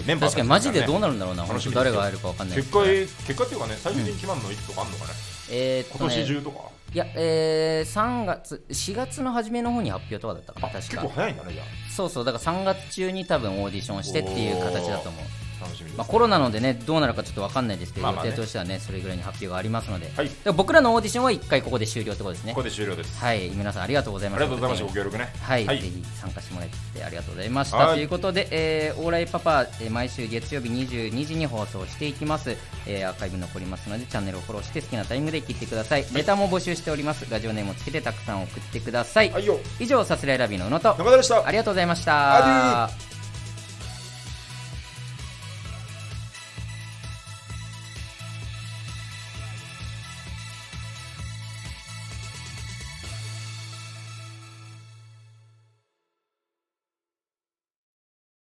Speaker 2: メンバー
Speaker 1: 確かにマジでどう
Speaker 2: な
Speaker 1: なるんだろうな
Speaker 2: 楽
Speaker 1: 本
Speaker 2: し
Speaker 1: 当
Speaker 2: みです
Speaker 1: 誰
Speaker 2: よ
Speaker 1: が入るかわかんない
Speaker 2: 結果、結果っていうかね、最終的に決まるのいつとかあんのかね、
Speaker 1: えーっと
Speaker 2: 今年
Speaker 1: ね
Speaker 2: 中とか、
Speaker 1: いやえー3月4月の初めの方に発表とかだったかな確
Speaker 2: 結構
Speaker 1: か
Speaker 2: 早いんだね、じゃ
Speaker 1: そうそうだから3月中に多分オーディションしてっていう形だと思う
Speaker 2: あ、楽しみです。
Speaker 1: まあ、コロナのでねどうなるかちょっとわかんないですけど、
Speaker 2: まあまあね
Speaker 1: 予定としてはねそれぐらいに発表がありますので,、
Speaker 2: はい
Speaker 1: でも僕らのオーディションは一回ここで終了ってことですね
Speaker 2: ここで終了です。
Speaker 1: はい皆さんありがとうござい
Speaker 2: あ
Speaker 1: ま
Speaker 2: り
Speaker 1: した
Speaker 2: がとうございました、ご協力ね。
Speaker 1: はい、
Speaker 2: はい
Speaker 1: ぜひ参加してもらってありがとうございました、
Speaker 2: はい
Speaker 1: ということで、えー、オーライパパ、えー毎週月曜日22時に放送していきます、えー、アーカイブ残りますのでチャンネルをフォローして好きなタイミングで切ってくださいネタも募集しておりますラジオネームをつけてたくさん送ってください、
Speaker 2: はいよ、
Speaker 1: 以上さすらいラビーの宇野と
Speaker 2: 中田でした。
Speaker 1: ありがとうございまし
Speaker 2: アデュ
Speaker 1: た
Speaker 2: ー